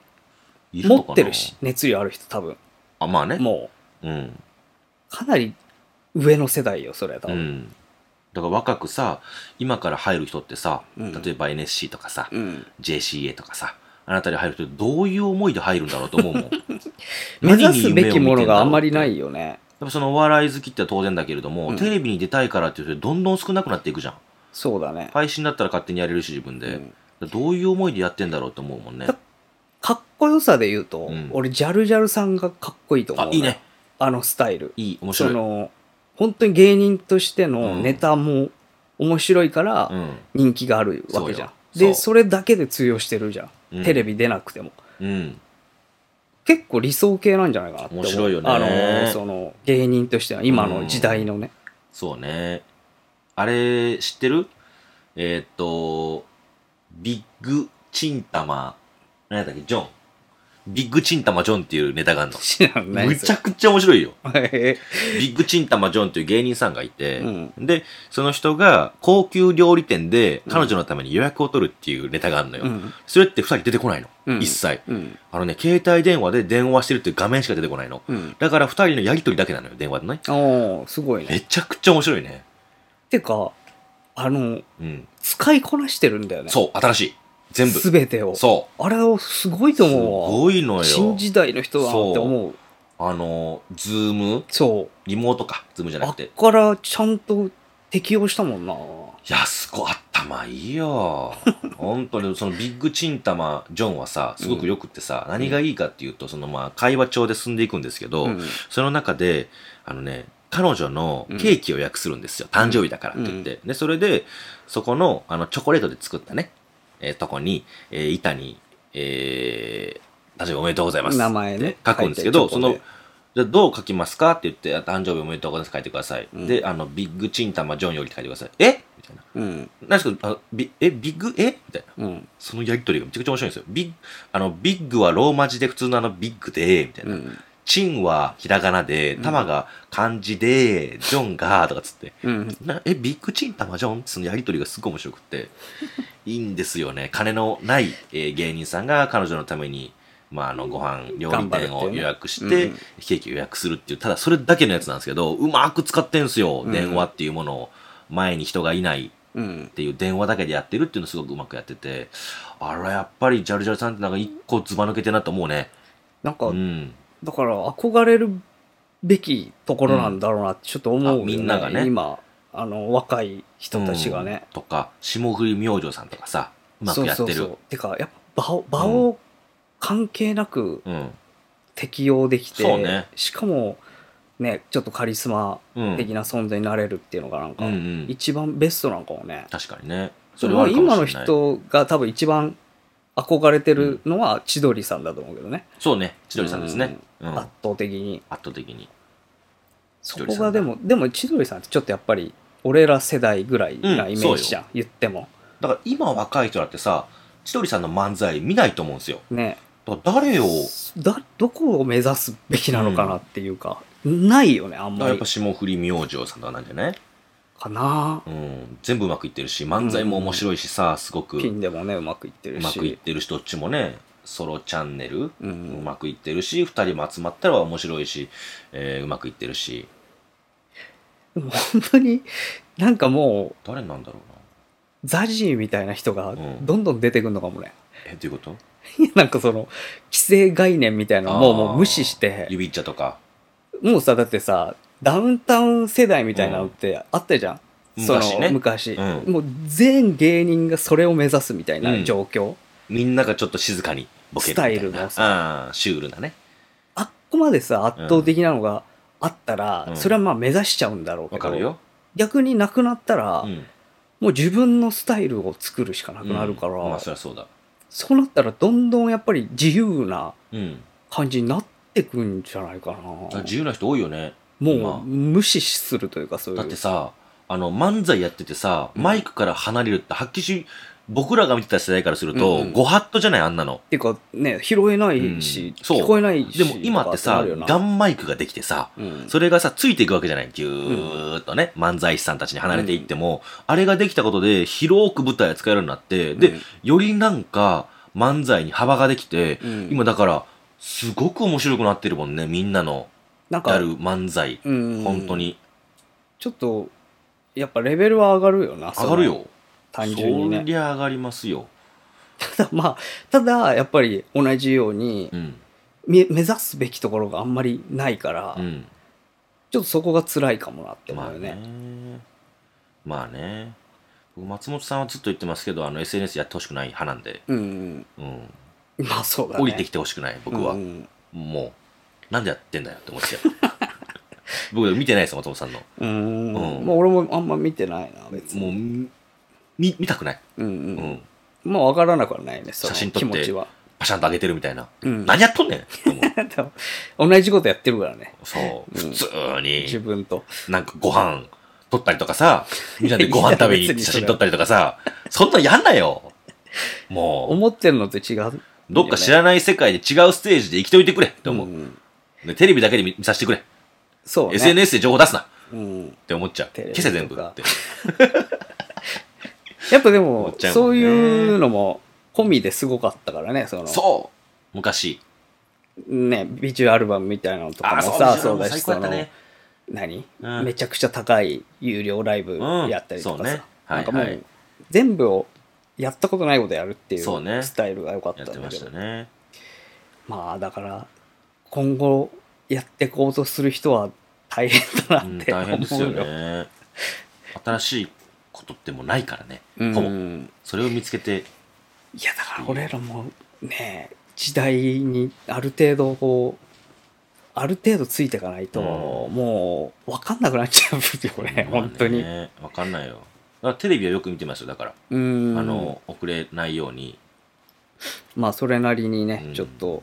[SPEAKER 2] いの
[SPEAKER 1] 持
[SPEAKER 2] かな
[SPEAKER 1] ってるし、。熱量ある人多分。
[SPEAKER 2] あ、まあね。
[SPEAKER 1] も
[SPEAKER 2] うん。
[SPEAKER 1] う、かなり上の世代よ、それは多
[SPEAKER 2] う
[SPEAKER 1] 分。
[SPEAKER 2] ん。だから若くさ、今から入る人ってさ、
[SPEAKER 1] うん
[SPEAKER 2] 例えば NSC とかさ、
[SPEAKER 1] うん。
[SPEAKER 2] JCA とかさ、あなたに入る人どういう思いで入るんだろうと思うもん。。
[SPEAKER 1] 目指すべきものがあんまりないいよね。
[SPEAKER 2] やっぱそのお笑い好きって当然だけれども、
[SPEAKER 1] うん
[SPEAKER 2] テレビに出たいからっていう人どんどん少なくなっていくじゃん。
[SPEAKER 1] そうだね。
[SPEAKER 2] 配信だったら勝手にやれるし自分で。
[SPEAKER 1] うん
[SPEAKER 2] どういう思いでやってんだろうと思うもんね。
[SPEAKER 1] かっこよさで言うと、
[SPEAKER 2] うん
[SPEAKER 1] 俺、ジャルジャルさんがかっこいいと思う
[SPEAKER 2] あ
[SPEAKER 1] の、、
[SPEAKER 2] いいね。
[SPEAKER 1] あのスタイル。
[SPEAKER 2] いい、面白
[SPEAKER 1] そ
[SPEAKER 2] い。
[SPEAKER 1] の、本当に芸人としての
[SPEAKER 2] うん
[SPEAKER 1] ネタも面白いから
[SPEAKER 2] うん。
[SPEAKER 1] 人気があるわけじゃん。
[SPEAKER 2] そうよそう
[SPEAKER 1] で、それだけで通用してるじゃん。
[SPEAKER 2] うん
[SPEAKER 1] テレビ出なくても。
[SPEAKER 2] うん。
[SPEAKER 1] 結構理想系なんじゃないかなって思う。
[SPEAKER 2] 面白いよね
[SPEAKER 1] あの、その、芸人としては今の時代のね。
[SPEAKER 2] そうね。あれ、知ってるえーっと、ビッグチンタマ、何やったっけ、ジョン。ビッグチンタマジョンっていうネタがあるの。
[SPEAKER 1] 知らない
[SPEAKER 2] む
[SPEAKER 1] です
[SPEAKER 2] ちゃくちゃ面白いよ。
[SPEAKER 1] へ
[SPEAKER 2] ビッグチンタマジョンっていう芸人さんがいて、
[SPEAKER 1] うん
[SPEAKER 2] で、その人が高級料理店で彼女のために予約を取るっていうネタがあるの
[SPEAKER 1] え
[SPEAKER 2] よ。
[SPEAKER 1] うん。
[SPEAKER 2] それって二人出てこないの。
[SPEAKER 1] うん
[SPEAKER 2] 一切。
[SPEAKER 1] うん。
[SPEAKER 2] あのね、携帯電話で電話してるっていう画面しか出てこないの。
[SPEAKER 1] うん。
[SPEAKER 2] だから二人のやりとりだけなのよ、電話でね。
[SPEAKER 1] おー、すごいね。
[SPEAKER 2] めちゃくちゃ面白いね。
[SPEAKER 1] てか、あの、
[SPEAKER 2] うん。
[SPEAKER 1] 使いこなしてるんだよね。
[SPEAKER 2] そう、新しい。全部。
[SPEAKER 1] すべてを。
[SPEAKER 2] そう。
[SPEAKER 1] あれをすごいと
[SPEAKER 2] す
[SPEAKER 1] 思うわ。
[SPEAKER 2] ごいのよ。
[SPEAKER 1] 新時代の人だなって思う。
[SPEAKER 2] あの、ズーム、
[SPEAKER 1] そう。
[SPEAKER 2] リモートか、ズームじゃな
[SPEAKER 1] あ
[SPEAKER 2] く。
[SPEAKER 1] って
[SPEAKER 2] い
[SPEAKER 1] からちゃんと適用したもんな。
[SPEAKER 2] や、すごい、頭いい よ。本当に、そのビッグチンタマ、ジョンはさ、すごくよくってさ、何がいいかっていうと、そのまあ、会話帳で進んでいくんですけど、
[SPEAKER 1] うん
[SPEAKER 2] その中で、あのね、彼女のケーキを予約するんですよ。誕生日だからって言って。で、それで、そこの、あの、チョコレートで作ったね、えーとこに、えー板に、えー、誕生日おめでとうございます。
[SPEAKER 1] 名前ね
[SPEAKER 2] って書くんですけ
[SPEAKER 1] 書
[SPEAKER 2] ど、そ
[SPEAKER 1] いてる
[SPEAKER 2] の
[SPEAKER 1] チョコで、
[SPEAKER 2] じゃあどう書きますかって言って、あ誕生日おめでとうございます書いてください。
[SPEAKER 1] うん
[SPEAKER 2] で、あの、ビッグチンタマジョンよりって書いてください。えみたいな。
[SPEAKER 1] うん。
[SPEAKER 2] 何ですかあビえ、ビッグえみたいな。
[SPEAKER 1] うん。
[SPEAKER 2] そのやりとりがめちゃくちゃ面白いんですよ。ビッグ、あの、ビッグはローマ字で普通のあのビッグで、みたいな。
[SPEAKER 1] うん。
[SPEAKER 2] チンはひらがなで、タマが漢字で、ジョンが、とかつって。
[SPEAKER 1] うん。
[SPEAKER 2] なえ、ビッグチン、タマジョンそのやりとりがすごい面白くって。いいんですよね。金のない、えー芸人さんが彼女のために、まあ、あの、ご飯、料理
[SPEAKER 1] 頑張るって
[SPEAKER 2] 店
[SPEAKER 1] い
[SPEAKER 2] を
[SPEAKER 1] うね
[SPEAKER 2] 予約して、
[SPEAKER 1] うん
[SPEAKER 2] ケーキ予約するっていう、ただそれだけのやつなんですけど、うまく使ってんすよ。
[SPEAKER 1] うん
[SPEAKER 2] 電話っていうものを。前に人がいない
[SPEAKER 1] うん
[SPEAKER 2] っ。ていう電話だけでやってるっていうのすごくうまくやってて、あら、やっぱりジャルジャルさんってなんか一個ずば抜けてんなと思うね。
[SPEAKER 1] なんか
[SPEAKER 2] う、ん。
[SPEAKER 1] だから憧れるべきところなんだろうなってちょっと思うよ、
[SPEAKER 2] うんあみんながね
[SPEAKER 1] 今、あの、若い人たちがね。
[SPEAKER 2] うんとか、霜降り明星さんとかさ、うまくやって
[SPEAKER 1] そ
[SPEAKER 2] る。
[SPEAKER 1] うそうそう。てか、やっぱ場を、場を関係なく
[SPEAKER 2] うん。
[SPEAKER 1] 適用できて、
[SPEAKER 2] そうね
[SPEAKER 1] しかも、ね、ちょっとカリスマ
[SPEAKER 2] うん。
[SPEAKER 1] 的な存在になれるっていうのがなんか
[SPEAKER 2] うん、うん。
[SPEAKER 1] 一番ベストなんかもね。
[SPEAKER 2] 確かにね。
[SPEAKER 1] それは
[SPEAKER 2] あるかも
[SPEAKER 1] 今の
[SPEAKER 2] しれない
[SPEAKER 1] 人が多分一番憧れてるのは千鳥さんだと思うけどね。
[SPEAKER 2] そうね。千鳥さんですね。うん。
[SPEAKER 1] 圧倒的に。
[SPEAKER 2] 圧倒的に。
[SPEAKER 1] そ
[SPEAKER 2] 千
[SPEAKER 1] こ
[SPEAKER 2] 鳥さ
[SPEAKER 1] が
[SPEAKER 2] んだ
[SPEAKER 1] でも、でも千鳥さんってちょっとやっぱり、俺ら世代ぐらいなイメージじゃん、言っても。
[SPEAKER 2] だから今若い人だってさ、千鳥さんの漫才見ないと思うんですよ。
[SPEAKER 1] ね。
[SPEAKER 2] だから誰を、
[SPEAKER 1] だ、どこを目指すべきなのかなっていうか、ないよね、あんま
[SPEAKER 2] だからやっ
[SPEAKER 1] り
[SPEAKER 2] ぱ。霜降り明星さんとかなんじゃない
[SPEAKER 1] かな
[SPEAKER 2] うん。全部うまくいってるし、漫才も面白いしさ、すごく
[SPEAKER 1] ピ
[SPEAKER 2] う
[SPEAKER 1] ンでもね、うまくいってる
[SPEAKER 2] まくいっ
[SPEAKER 1] し。
[SPEAKER 2] てるし、どっちもね、ソロチャンネル
[SPEAKER 1] う
[SPEAKER 2] うんうんんうまくいってるし、二人も集まったら面白いし、えーうまくいってるし、
[SPEAKER 1] でも本当に、なんかもう、
[SPEAKER 2] 誰なんだろうな。
[SPEAKER 1] ザジーみたいな人が
[SPEAKER 2] うん
[SPEAKER 1] どんどん出てくるのかもね。
[SPEAKER 2] え、どういうこと
[SPEAKER 1] なんかその、規制概念みたいなの
[SPEAKER 2] あ
[SPEAKER 1] も
[SPEAKER 2] ー
[SPEAKER 1] もう無視して、
[SPEAKER 2] 指いっちゃとか。
[SPEAKER 1] もうさ、だってさ、ダウンタウン世代みたいなのってあったじゃん。その
[SPEAKER 2] 昔ね
[SPEAKER 1] 昔、
[SPEAKER 2] うん
[SPEAKER 1] もう全芸人がそれを目指すみたい
[SPEAKER 2] うん
[SPEAKER 1] な状況、
[SPEAKER 2] みんながちょっと静かにボケるみたいな。
[SPEAKER 1] スタイルの
[SPEAKER 2] さ。シュールなね。
[SPEAKER 1] あっこまでさ圧倒的なのがあったら、
[SPEAKER 2] うん
[SPEAKER 1] それはまあ目指しちゃうんだろうけ
[SPEAKER 2] わ
[SPEAKER 1] ど、
[SPEAKER 2] かるよ。
[SPEAKER 1] 逆になくなったら、
[SPEAKER 2] うん。
[SPEAKER 1] もう自分のスタイルを作るしかなくなるから、
[SPEAKER 2] うんまあ、そりゃそうだ。
[SPEAKER 1] そうなったらどんどんやっぱり自由な
[SPEAKER 2] うん。
[SPEAKER 1] 感じになってくんじゃないかな
[SPEAKER 2] だから自由な人多いよね。
[SPEAKER 1] も
[SPEAKER 2] 今
[SPEAKER 1] う無視するというかそういう
[SPEAKER 2] だってさ、あの、漫才やっててさ、マイクから離れるって、はっきりし、僕らが見てた世代からする
[SPEAKER 1] う
[SPEAKER 2] と、
[SPEAKER 1] んうん
[SPEAKER 2] ご法度じゃない、あんなの。
[SPEAKER 1] っていうかね拾えないし、
[SPEAKER 2] うんそう
[SPEAKER 1] 聞こえないし
[SPEAKER 2] でも今ってさ
[SPEAKER 1] とかなるよ、な
[SPEAKER 2] ガンマイクができてさ、
[SPEAKER 1] うん
[SPEAKER 2] それがさ、ついていくわけじゃない。ぎゅーっとね、漫才師さんたちに離れていっても、あれができたことで、広く舞台が使えるようになって、で、
[SPEAKER 1] うん
[SPEAKER 2] よりなんか、漫才に幅ができて、
[SPEAKER 1] うん
[SPEAKER 2] 今だから、すごく面白くなってるもんね、みんなの
[SPEAKER 1] なんか
[SPEAKER 2] やる漫才。
[SPEAKER 1] うん
[SPEAKER 2] 本当に。
[SPEAKER 1] ちょっとやっぱレベルは上がるよな
[SPEAKER 2] 上がるよ。
[SPEAKER 1] その単純に
[SPEAKER 2] そ
[SPEAKER 1] ね
[SPEAKER 2] りゃ上がりますよ。
[SPEAKER 1] ただ まあただやっぱり同じように
[SPEAKER 2] うん。
[SPEAKER 1] み目指すべきところがあんまりないから、
[SPEAKER 2] うん。
[SPEAKER 1] ちょっとそこが辛いかもなって思
[SPEAKER 2] まあ
[SPEAKER 1] うよね,、
[SPEAKER 2] ね。まあね。僕松本さんはずっと言ってますけど、あの、SNS やってほしくない派なんで、
[SPEAKER 1] うん
[SPEAKER 2] うん。
[SPEAKER 1] うんまあそうだね
[SPEAKER 2] 降りてきてほしくない、僕は。
[SPEAKER 1] うん
[SPEAKER 2] もう、なんでやってんだよって思っちゃう。 僕、見てないです、松本さんの。
[SPEAKER 1] うん
[SPEAKER 2] うん
[SPEAKER 1] まあ俺もあんま見てないな別
[SPEAKER 2] もう、
[SPEAKER 1] に
[SPEAKER 2] み見見たくない。
[SPEAKER 1] う、ん
[SPEAKER 2] う。
[SPEAKER 1] うんん、まあ分からなくはないねその
[SPEAKER 2] 写真撮って
[SPEAKER 1] 気持ちは、
[SPEAKER 2] パシャンと上げてるみたいな。
[SPEAKER 1] うん、
[SPEAKER 2] 何やっとんねんって 思う
[SPEAKER 1] でも同じことやってるからね
[SPEAKER 2] そう。
[SPEAKER 1] うん
[SPEAKER 2] 普通
[SPEAKER 1] 自
[SPEAKER 2] に、
[SPEAKER 1] 分と
[SPEAKER 2] なんかご飯撮ったりとかさ、 みんなでご飯食べに行って写真撮ったりとかさ、そんなんやんなよ。も
[SPEAKER 1] 思ってるのと違う
[SPEAKER 2] う、どっか知らない世界で違うステージで生きといてくれって思う。
[SPEAKER 1] ん
[SPEAKER 2] でテレビだけで見見させてくれ。
[SPEAKER 1] そうね
[SPEAKER 2] SNS で情報出すなっ
[SPEAKER 1] うん
[SPEAKER 2] て思っちゃう。
[SPEAKER 1] テレビ
[SPEAKER 2] 消
[SPEAKER 1] とか
[SPEAKER 2] せ全部って。
[SPEAKER 1] やっぱでも
[SPEAKER 2] 思っちゃうも
[SPEAKER 1] そ
[SPEAKER 2] ん
[SPEAKER 1] う
[SPEAKER 2] ね
[SPEAKER 1] いうのも込みですごかったからねその
[SPEAKER 2] そう昔。
[SPEAKER 1] ねビジュアルバムみたいなのとかも
[SPEAKER 2] ー
[SPEAKER 1] さ
[SPEAKER 2] そ
[SPEAKER 1] そうう
[SPEAKER 2] ビ
[SPEAKER 1] だし
[SPEAKER 2] ジュアルも最高や
[SPEAKER 1] そ
[SPEAKER 2] った
[SPEAKER 1] の
[SPEAKER 2] ね。
[SPEAKER 1] 何、
[SPEAKER 2] うん
[SPEAKER 1] めちゃくちゃ高い有料ライブ
[SPEAKER 2] うん
[SPEAKER 1] やったりとかさ、
[SPEAKER 2] そうねはい
[SPEAKER 1] なんかも
[SPEAKER 2] はいう
[SPEAKER 1] 全部をやったことないことやるっていう
[SPEAKER 2] そうね
[SPEAKER 1] スタイルが良かった
[SPEAKER 2] や
[SPEAKER 1] んだ
[SPEAKER 2] って
[SPEAKER 1] け
[SPEAKER 2] まし
[SPEAKER 1] ど
[SPEAKER 2] たね。
[SPEAKER 1] まあだから今後やってこうとする人は大変だ
[SPEAKER 2] う、
[SPEAKER 1] なんって思
[SPEAKER 2] 大
[SPEAKER 1] うよ,、
[SPEAKER 2] 変ですよね。新しいことってもうないからね。
[SPEAKER 1] う
[SPEAKER 2] ほぼ。
[SPEAKER 1] ん、
[SPEAKER 2] それを見つけて、
[SPEAKER 1] いやだから俺らもね時代にある程度こうある程度ついていかないと、
[SPEAKER 2] うん
[SPEAKER 1] もう分かんなくなっちゃうよね、
[SPEAKER 2] まあ
[SPEAKER 1] 本当に。
[SPEAKER 2] ね。わかんないよ。だからテレビはよく見てますよ。だから、
[SPEAKER 1] うん
[SPEAKER 2] あの、遅れないように。
[SPEAKER 1] まあそれなりにね、
[SPEAKER 2] うん
[SPEAKER 1] ちょっと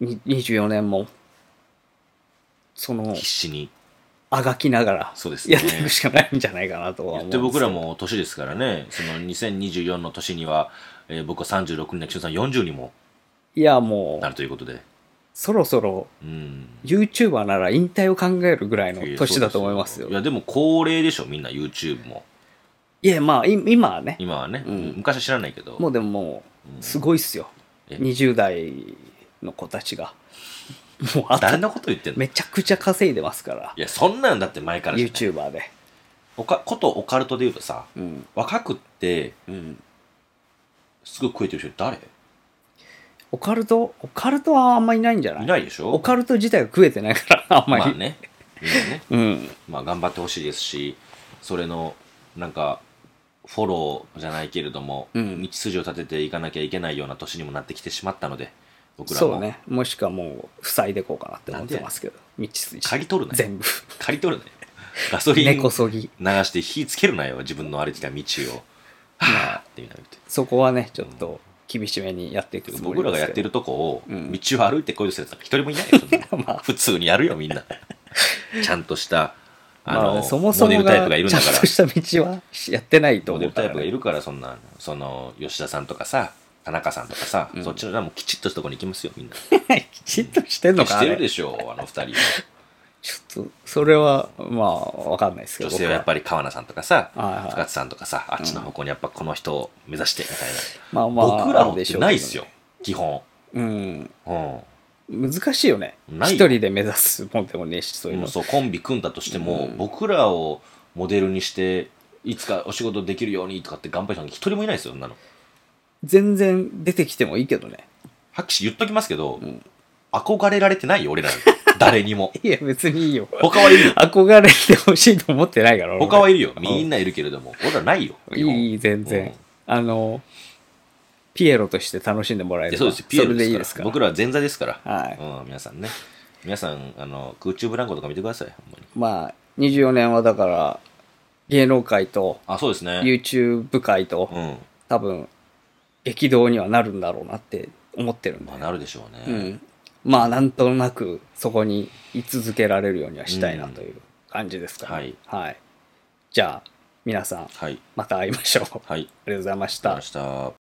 [SPEAKER 1] に24年もその
[SPEAKER 2] 必死に。
[SPEAKER 1] あがきながら
[SPEAKER 2] そうですね
[SPEAKER 1] や。っていくしかないんじゃないかなとは思う
[SPEAKER 2] 言
[SPEAKER 1] んで
[SPEAKER 2] っ
[SPEAKER 1] す
[SPEAKER 2] て
[SPEAKER 1] けど
[SPEAKER 2] 僕らも年ですからね。その2024の年には、えー僕は36になり、岸田さん40にも
[SPEAKER 1] いやも
[SPEAKER 2] な
[SPEAKER 1] う
[SPEAKER 2] るということで。
[SPEAKER 1] そろそろ
[SPEAKER 2] うん。
[SPEAKER 1] YouTuber なら引退を考えるぐらいの
[SPEAKER 2] いや
[SPEAKER 1] 年だと思いますよ。
[SPEAKER 2] いや、でも高齢でしょ、みんな YouTube も。
[SPEAKER 1] いやまあい今はね、
[SPEAKER 2] 今はね。
[SPEAKER 1] うん
[SPEAKER 2] 昔は知らないけど。
[SPEAKER 1] もうでもも
[SPEAKER 2] う
[SPEAKER 1] うんすごいっすよ、
[SPEAKER 2] え
[SPEAKER 1] 20代の子たち がもうあ
[SPEAKER 2] 誰
[SPEAKER 1] た
[SPEAKER 2] のこと言ってんの
[SPEAKER 1] めちゃくちゃ稼いでますから
[SPEAKER 2] いや、そんなんだって前からじゃない
[SPEAKER 1] YouTuber で。
[SPEAKER 2] おかことオカルトで言うとさ、
[SPEAKER 1] うん
[SPEAKER 2] 若くって、
[SPEAKER 1] うん
[SPEAKER 2] すぐ食えてる人誰
[SPEAKER 1] オカルトオカルトはあんまいないんじゃない
[SPEAKER 2] いないでしょ
[SPEAKER 1] オカルト自体が食えてないから、あんまり。
[SPEAKER 2] まあね。みんなね。
[SPEAKER 1] うん。
[SPEAKER 2] まあ頑張ってほしいですし、それのなんかフォローじゃないけれども、
[SPEAKER 1] うん
[SPEAKER 2] 道筋を立てていかなきゃいけないような年にもなってきてしまったので僕らも
[SPEAKER 1] そうね。もしくはもう、塞いでこうかなって思ってますけど。道筋。
[SPEAKER 2] 借り取るなよ
[SPEAKER 1] 全部。
[SPEAKER 2] 借り取るねガソリン
[SPEAKER 1] 根こ
[SPEAKER 2] 流
[SPEAKER 1] そぎ。
[SPEAKER 2] して火つけるなよ自分の歩いてきた道をはぁってみんな言って
[SPEAKER 1] そこはね、ちょっと厳しめにやっていくつもり
[SPEAKER 2] 僕らがやって
[SPEAKER 1] る。
[SPEAKER 2] るとこを
[SPEAKER 1] うん
[SPEAKER 2] 道を歩いてこいとするやつなんか一人もいないよそん な
[SPEAKER 1] まあ、
[SPEAKER 2] 普通にやるよみ んなちゃんとしたあの、
[SPEAKER 1] まあ、そもそ
[SPEAKER 2] モデ
[SPEAKER 1] も
[SPEAKER 2] ルタイ
[SPEAKER 1] が、
[SPEAKER 2] プがいるん
[SPEAKER 1] ちゃ
[SPEAKER 2] だ
[SPEAKER 1] ん
[SPEAKER 2] から
[SPEAKER 1] とした道はやってないと
[SPEAKER 2] モ
[SPEAKER 1] 思
[SPEAKER 2] デ
[SPEAKER 1] う
[SPEAKER 2] ル
[SPEAKER 1] か
[SPEAKER 2] タイ
[SPEAKER 1] ら
[SPEAKER 2] プが
[SPEAKER 1] ね、
[SPEAKER 2] いるからそんなその吉田さんとかさ田中さんとかさ、
[SPEAKER 1] うん
[SPEAKER 2] そっちのもうきちっとしたとこに行きますよみんな
[SPEAKER 1] きちっとしてんの
[SPEAKER 2] し
[SPEAKER 1] かあ
[SPEAKER 2] て
[SPEAKER 1] れ
[SPEAKER 2] るでしょうあの二人
[SPEAKER 1] ちょっと、それは、まあ、わかんないですけど。
[SPEAKER 2] 女性はやっぱり川名さんとかさ
[SPEAKER 1] 僕ははいはい
[SPEAKER 2] 深津さんとかさあっちの方向にやっぱこの人を目指してみたい
[SPEAKER 1] まあま
[SPEAKER 2] な、
[SPEAKER 1] あ、
[SPEAKER 2] 僕ら
[SPEAKER 1] あ
[SPEAKER 2] も
[SPEAKER 1] るで
[SPEAKER 2] っ
[SPEAKER 1] してょうけどね
[SPEAKER 2] ないっすよ、。基本
[SPEAKER 1] うん。
[SPEAKER 2] うん
[SPEAKER 1] 難しいよね。
[SPEAKER 2] ない
[SPEAKER 1] 一人で目指すもんでもねえし、そういう
[SPEAKER 2] も
[SPEAKER 1] の
[SPEAKER 2] う。そうコンビ組んだとしても、
[SPEAKER 1] うん
[SPEAKER 2] 僕らをモデルにしていつかお仕事できるようにとかって頑張る人なんて一人もいないですよそんなの
[SPEAKER 1] 全然出てきてもいいけどね。
[SPEAKER 2] はっきり言っときますけど、
[SPEAKER 1] ん
[SPEAKER 2] 憧れられてないよ俺らに誰に も
[SPEAKER 1] いや、別にいいよ。
[SPEAKER 2] 他はいるよ
[SPEAKER 1] 憧れてほしいと思ってないから、俺
[SPEAKER 2] 他はいるよ。
[SPEAKER 1] ん
[SPEAKER 2] みんないるけれども、俺らないよ。
[SPEAKER 1] いいいい、全然。
[SPEAKER 2] うん
[SPEAKER 1] あの、ピエロとして楽しんでもらえ
[SPEAKER 2] いや
[SPEAKER 1] る
[SPEAKER 2] そうですよ、ピエロ
[SPEAKER 1] れでいい
[SPEAKER 2] で
[SPEAKER 1] ですす
[SPEAKER 2] か。
[SPEAKER 1] からら。
[SPEAKER 2] 僕らは前座ですから。
[SPEAKER 1] はい
[SPEAKER 2] うん、皆さんね。皆さん、あの、空中ブランコとか見てください。ほんま
[SPEAKER 1] ま
[SPEAKER 2] に
[SPEAKER 1] あ、24年はだから、芸能界と
[SPEAKER 2] あ、そうですね。
[SPEAKER 1] YouTube 界と、
[SPEAKER 2] うん。
[SPEAKER 1] 多分、激動にはなるんだろうなって思ってるんで
[SPEAKER 2] まあ、。なるでしょうね。
[SPEAKER 1] うん、まあなんとなくそこに居続けられるようにはしたいなという感じですかね、
[SPEAKER 2] はい
[SPEAKER 1] じゃあ皆さん
[SPEAKER 2] はい。
[SPEAKER 1] また会いましょうあり
[SPEAKER 2] はい。
[SPEAKER 1] がとうございまし
[SPEAKER 2] ありがとうござい
[SPEAKER 1] た
[SPEAKER 2] ました。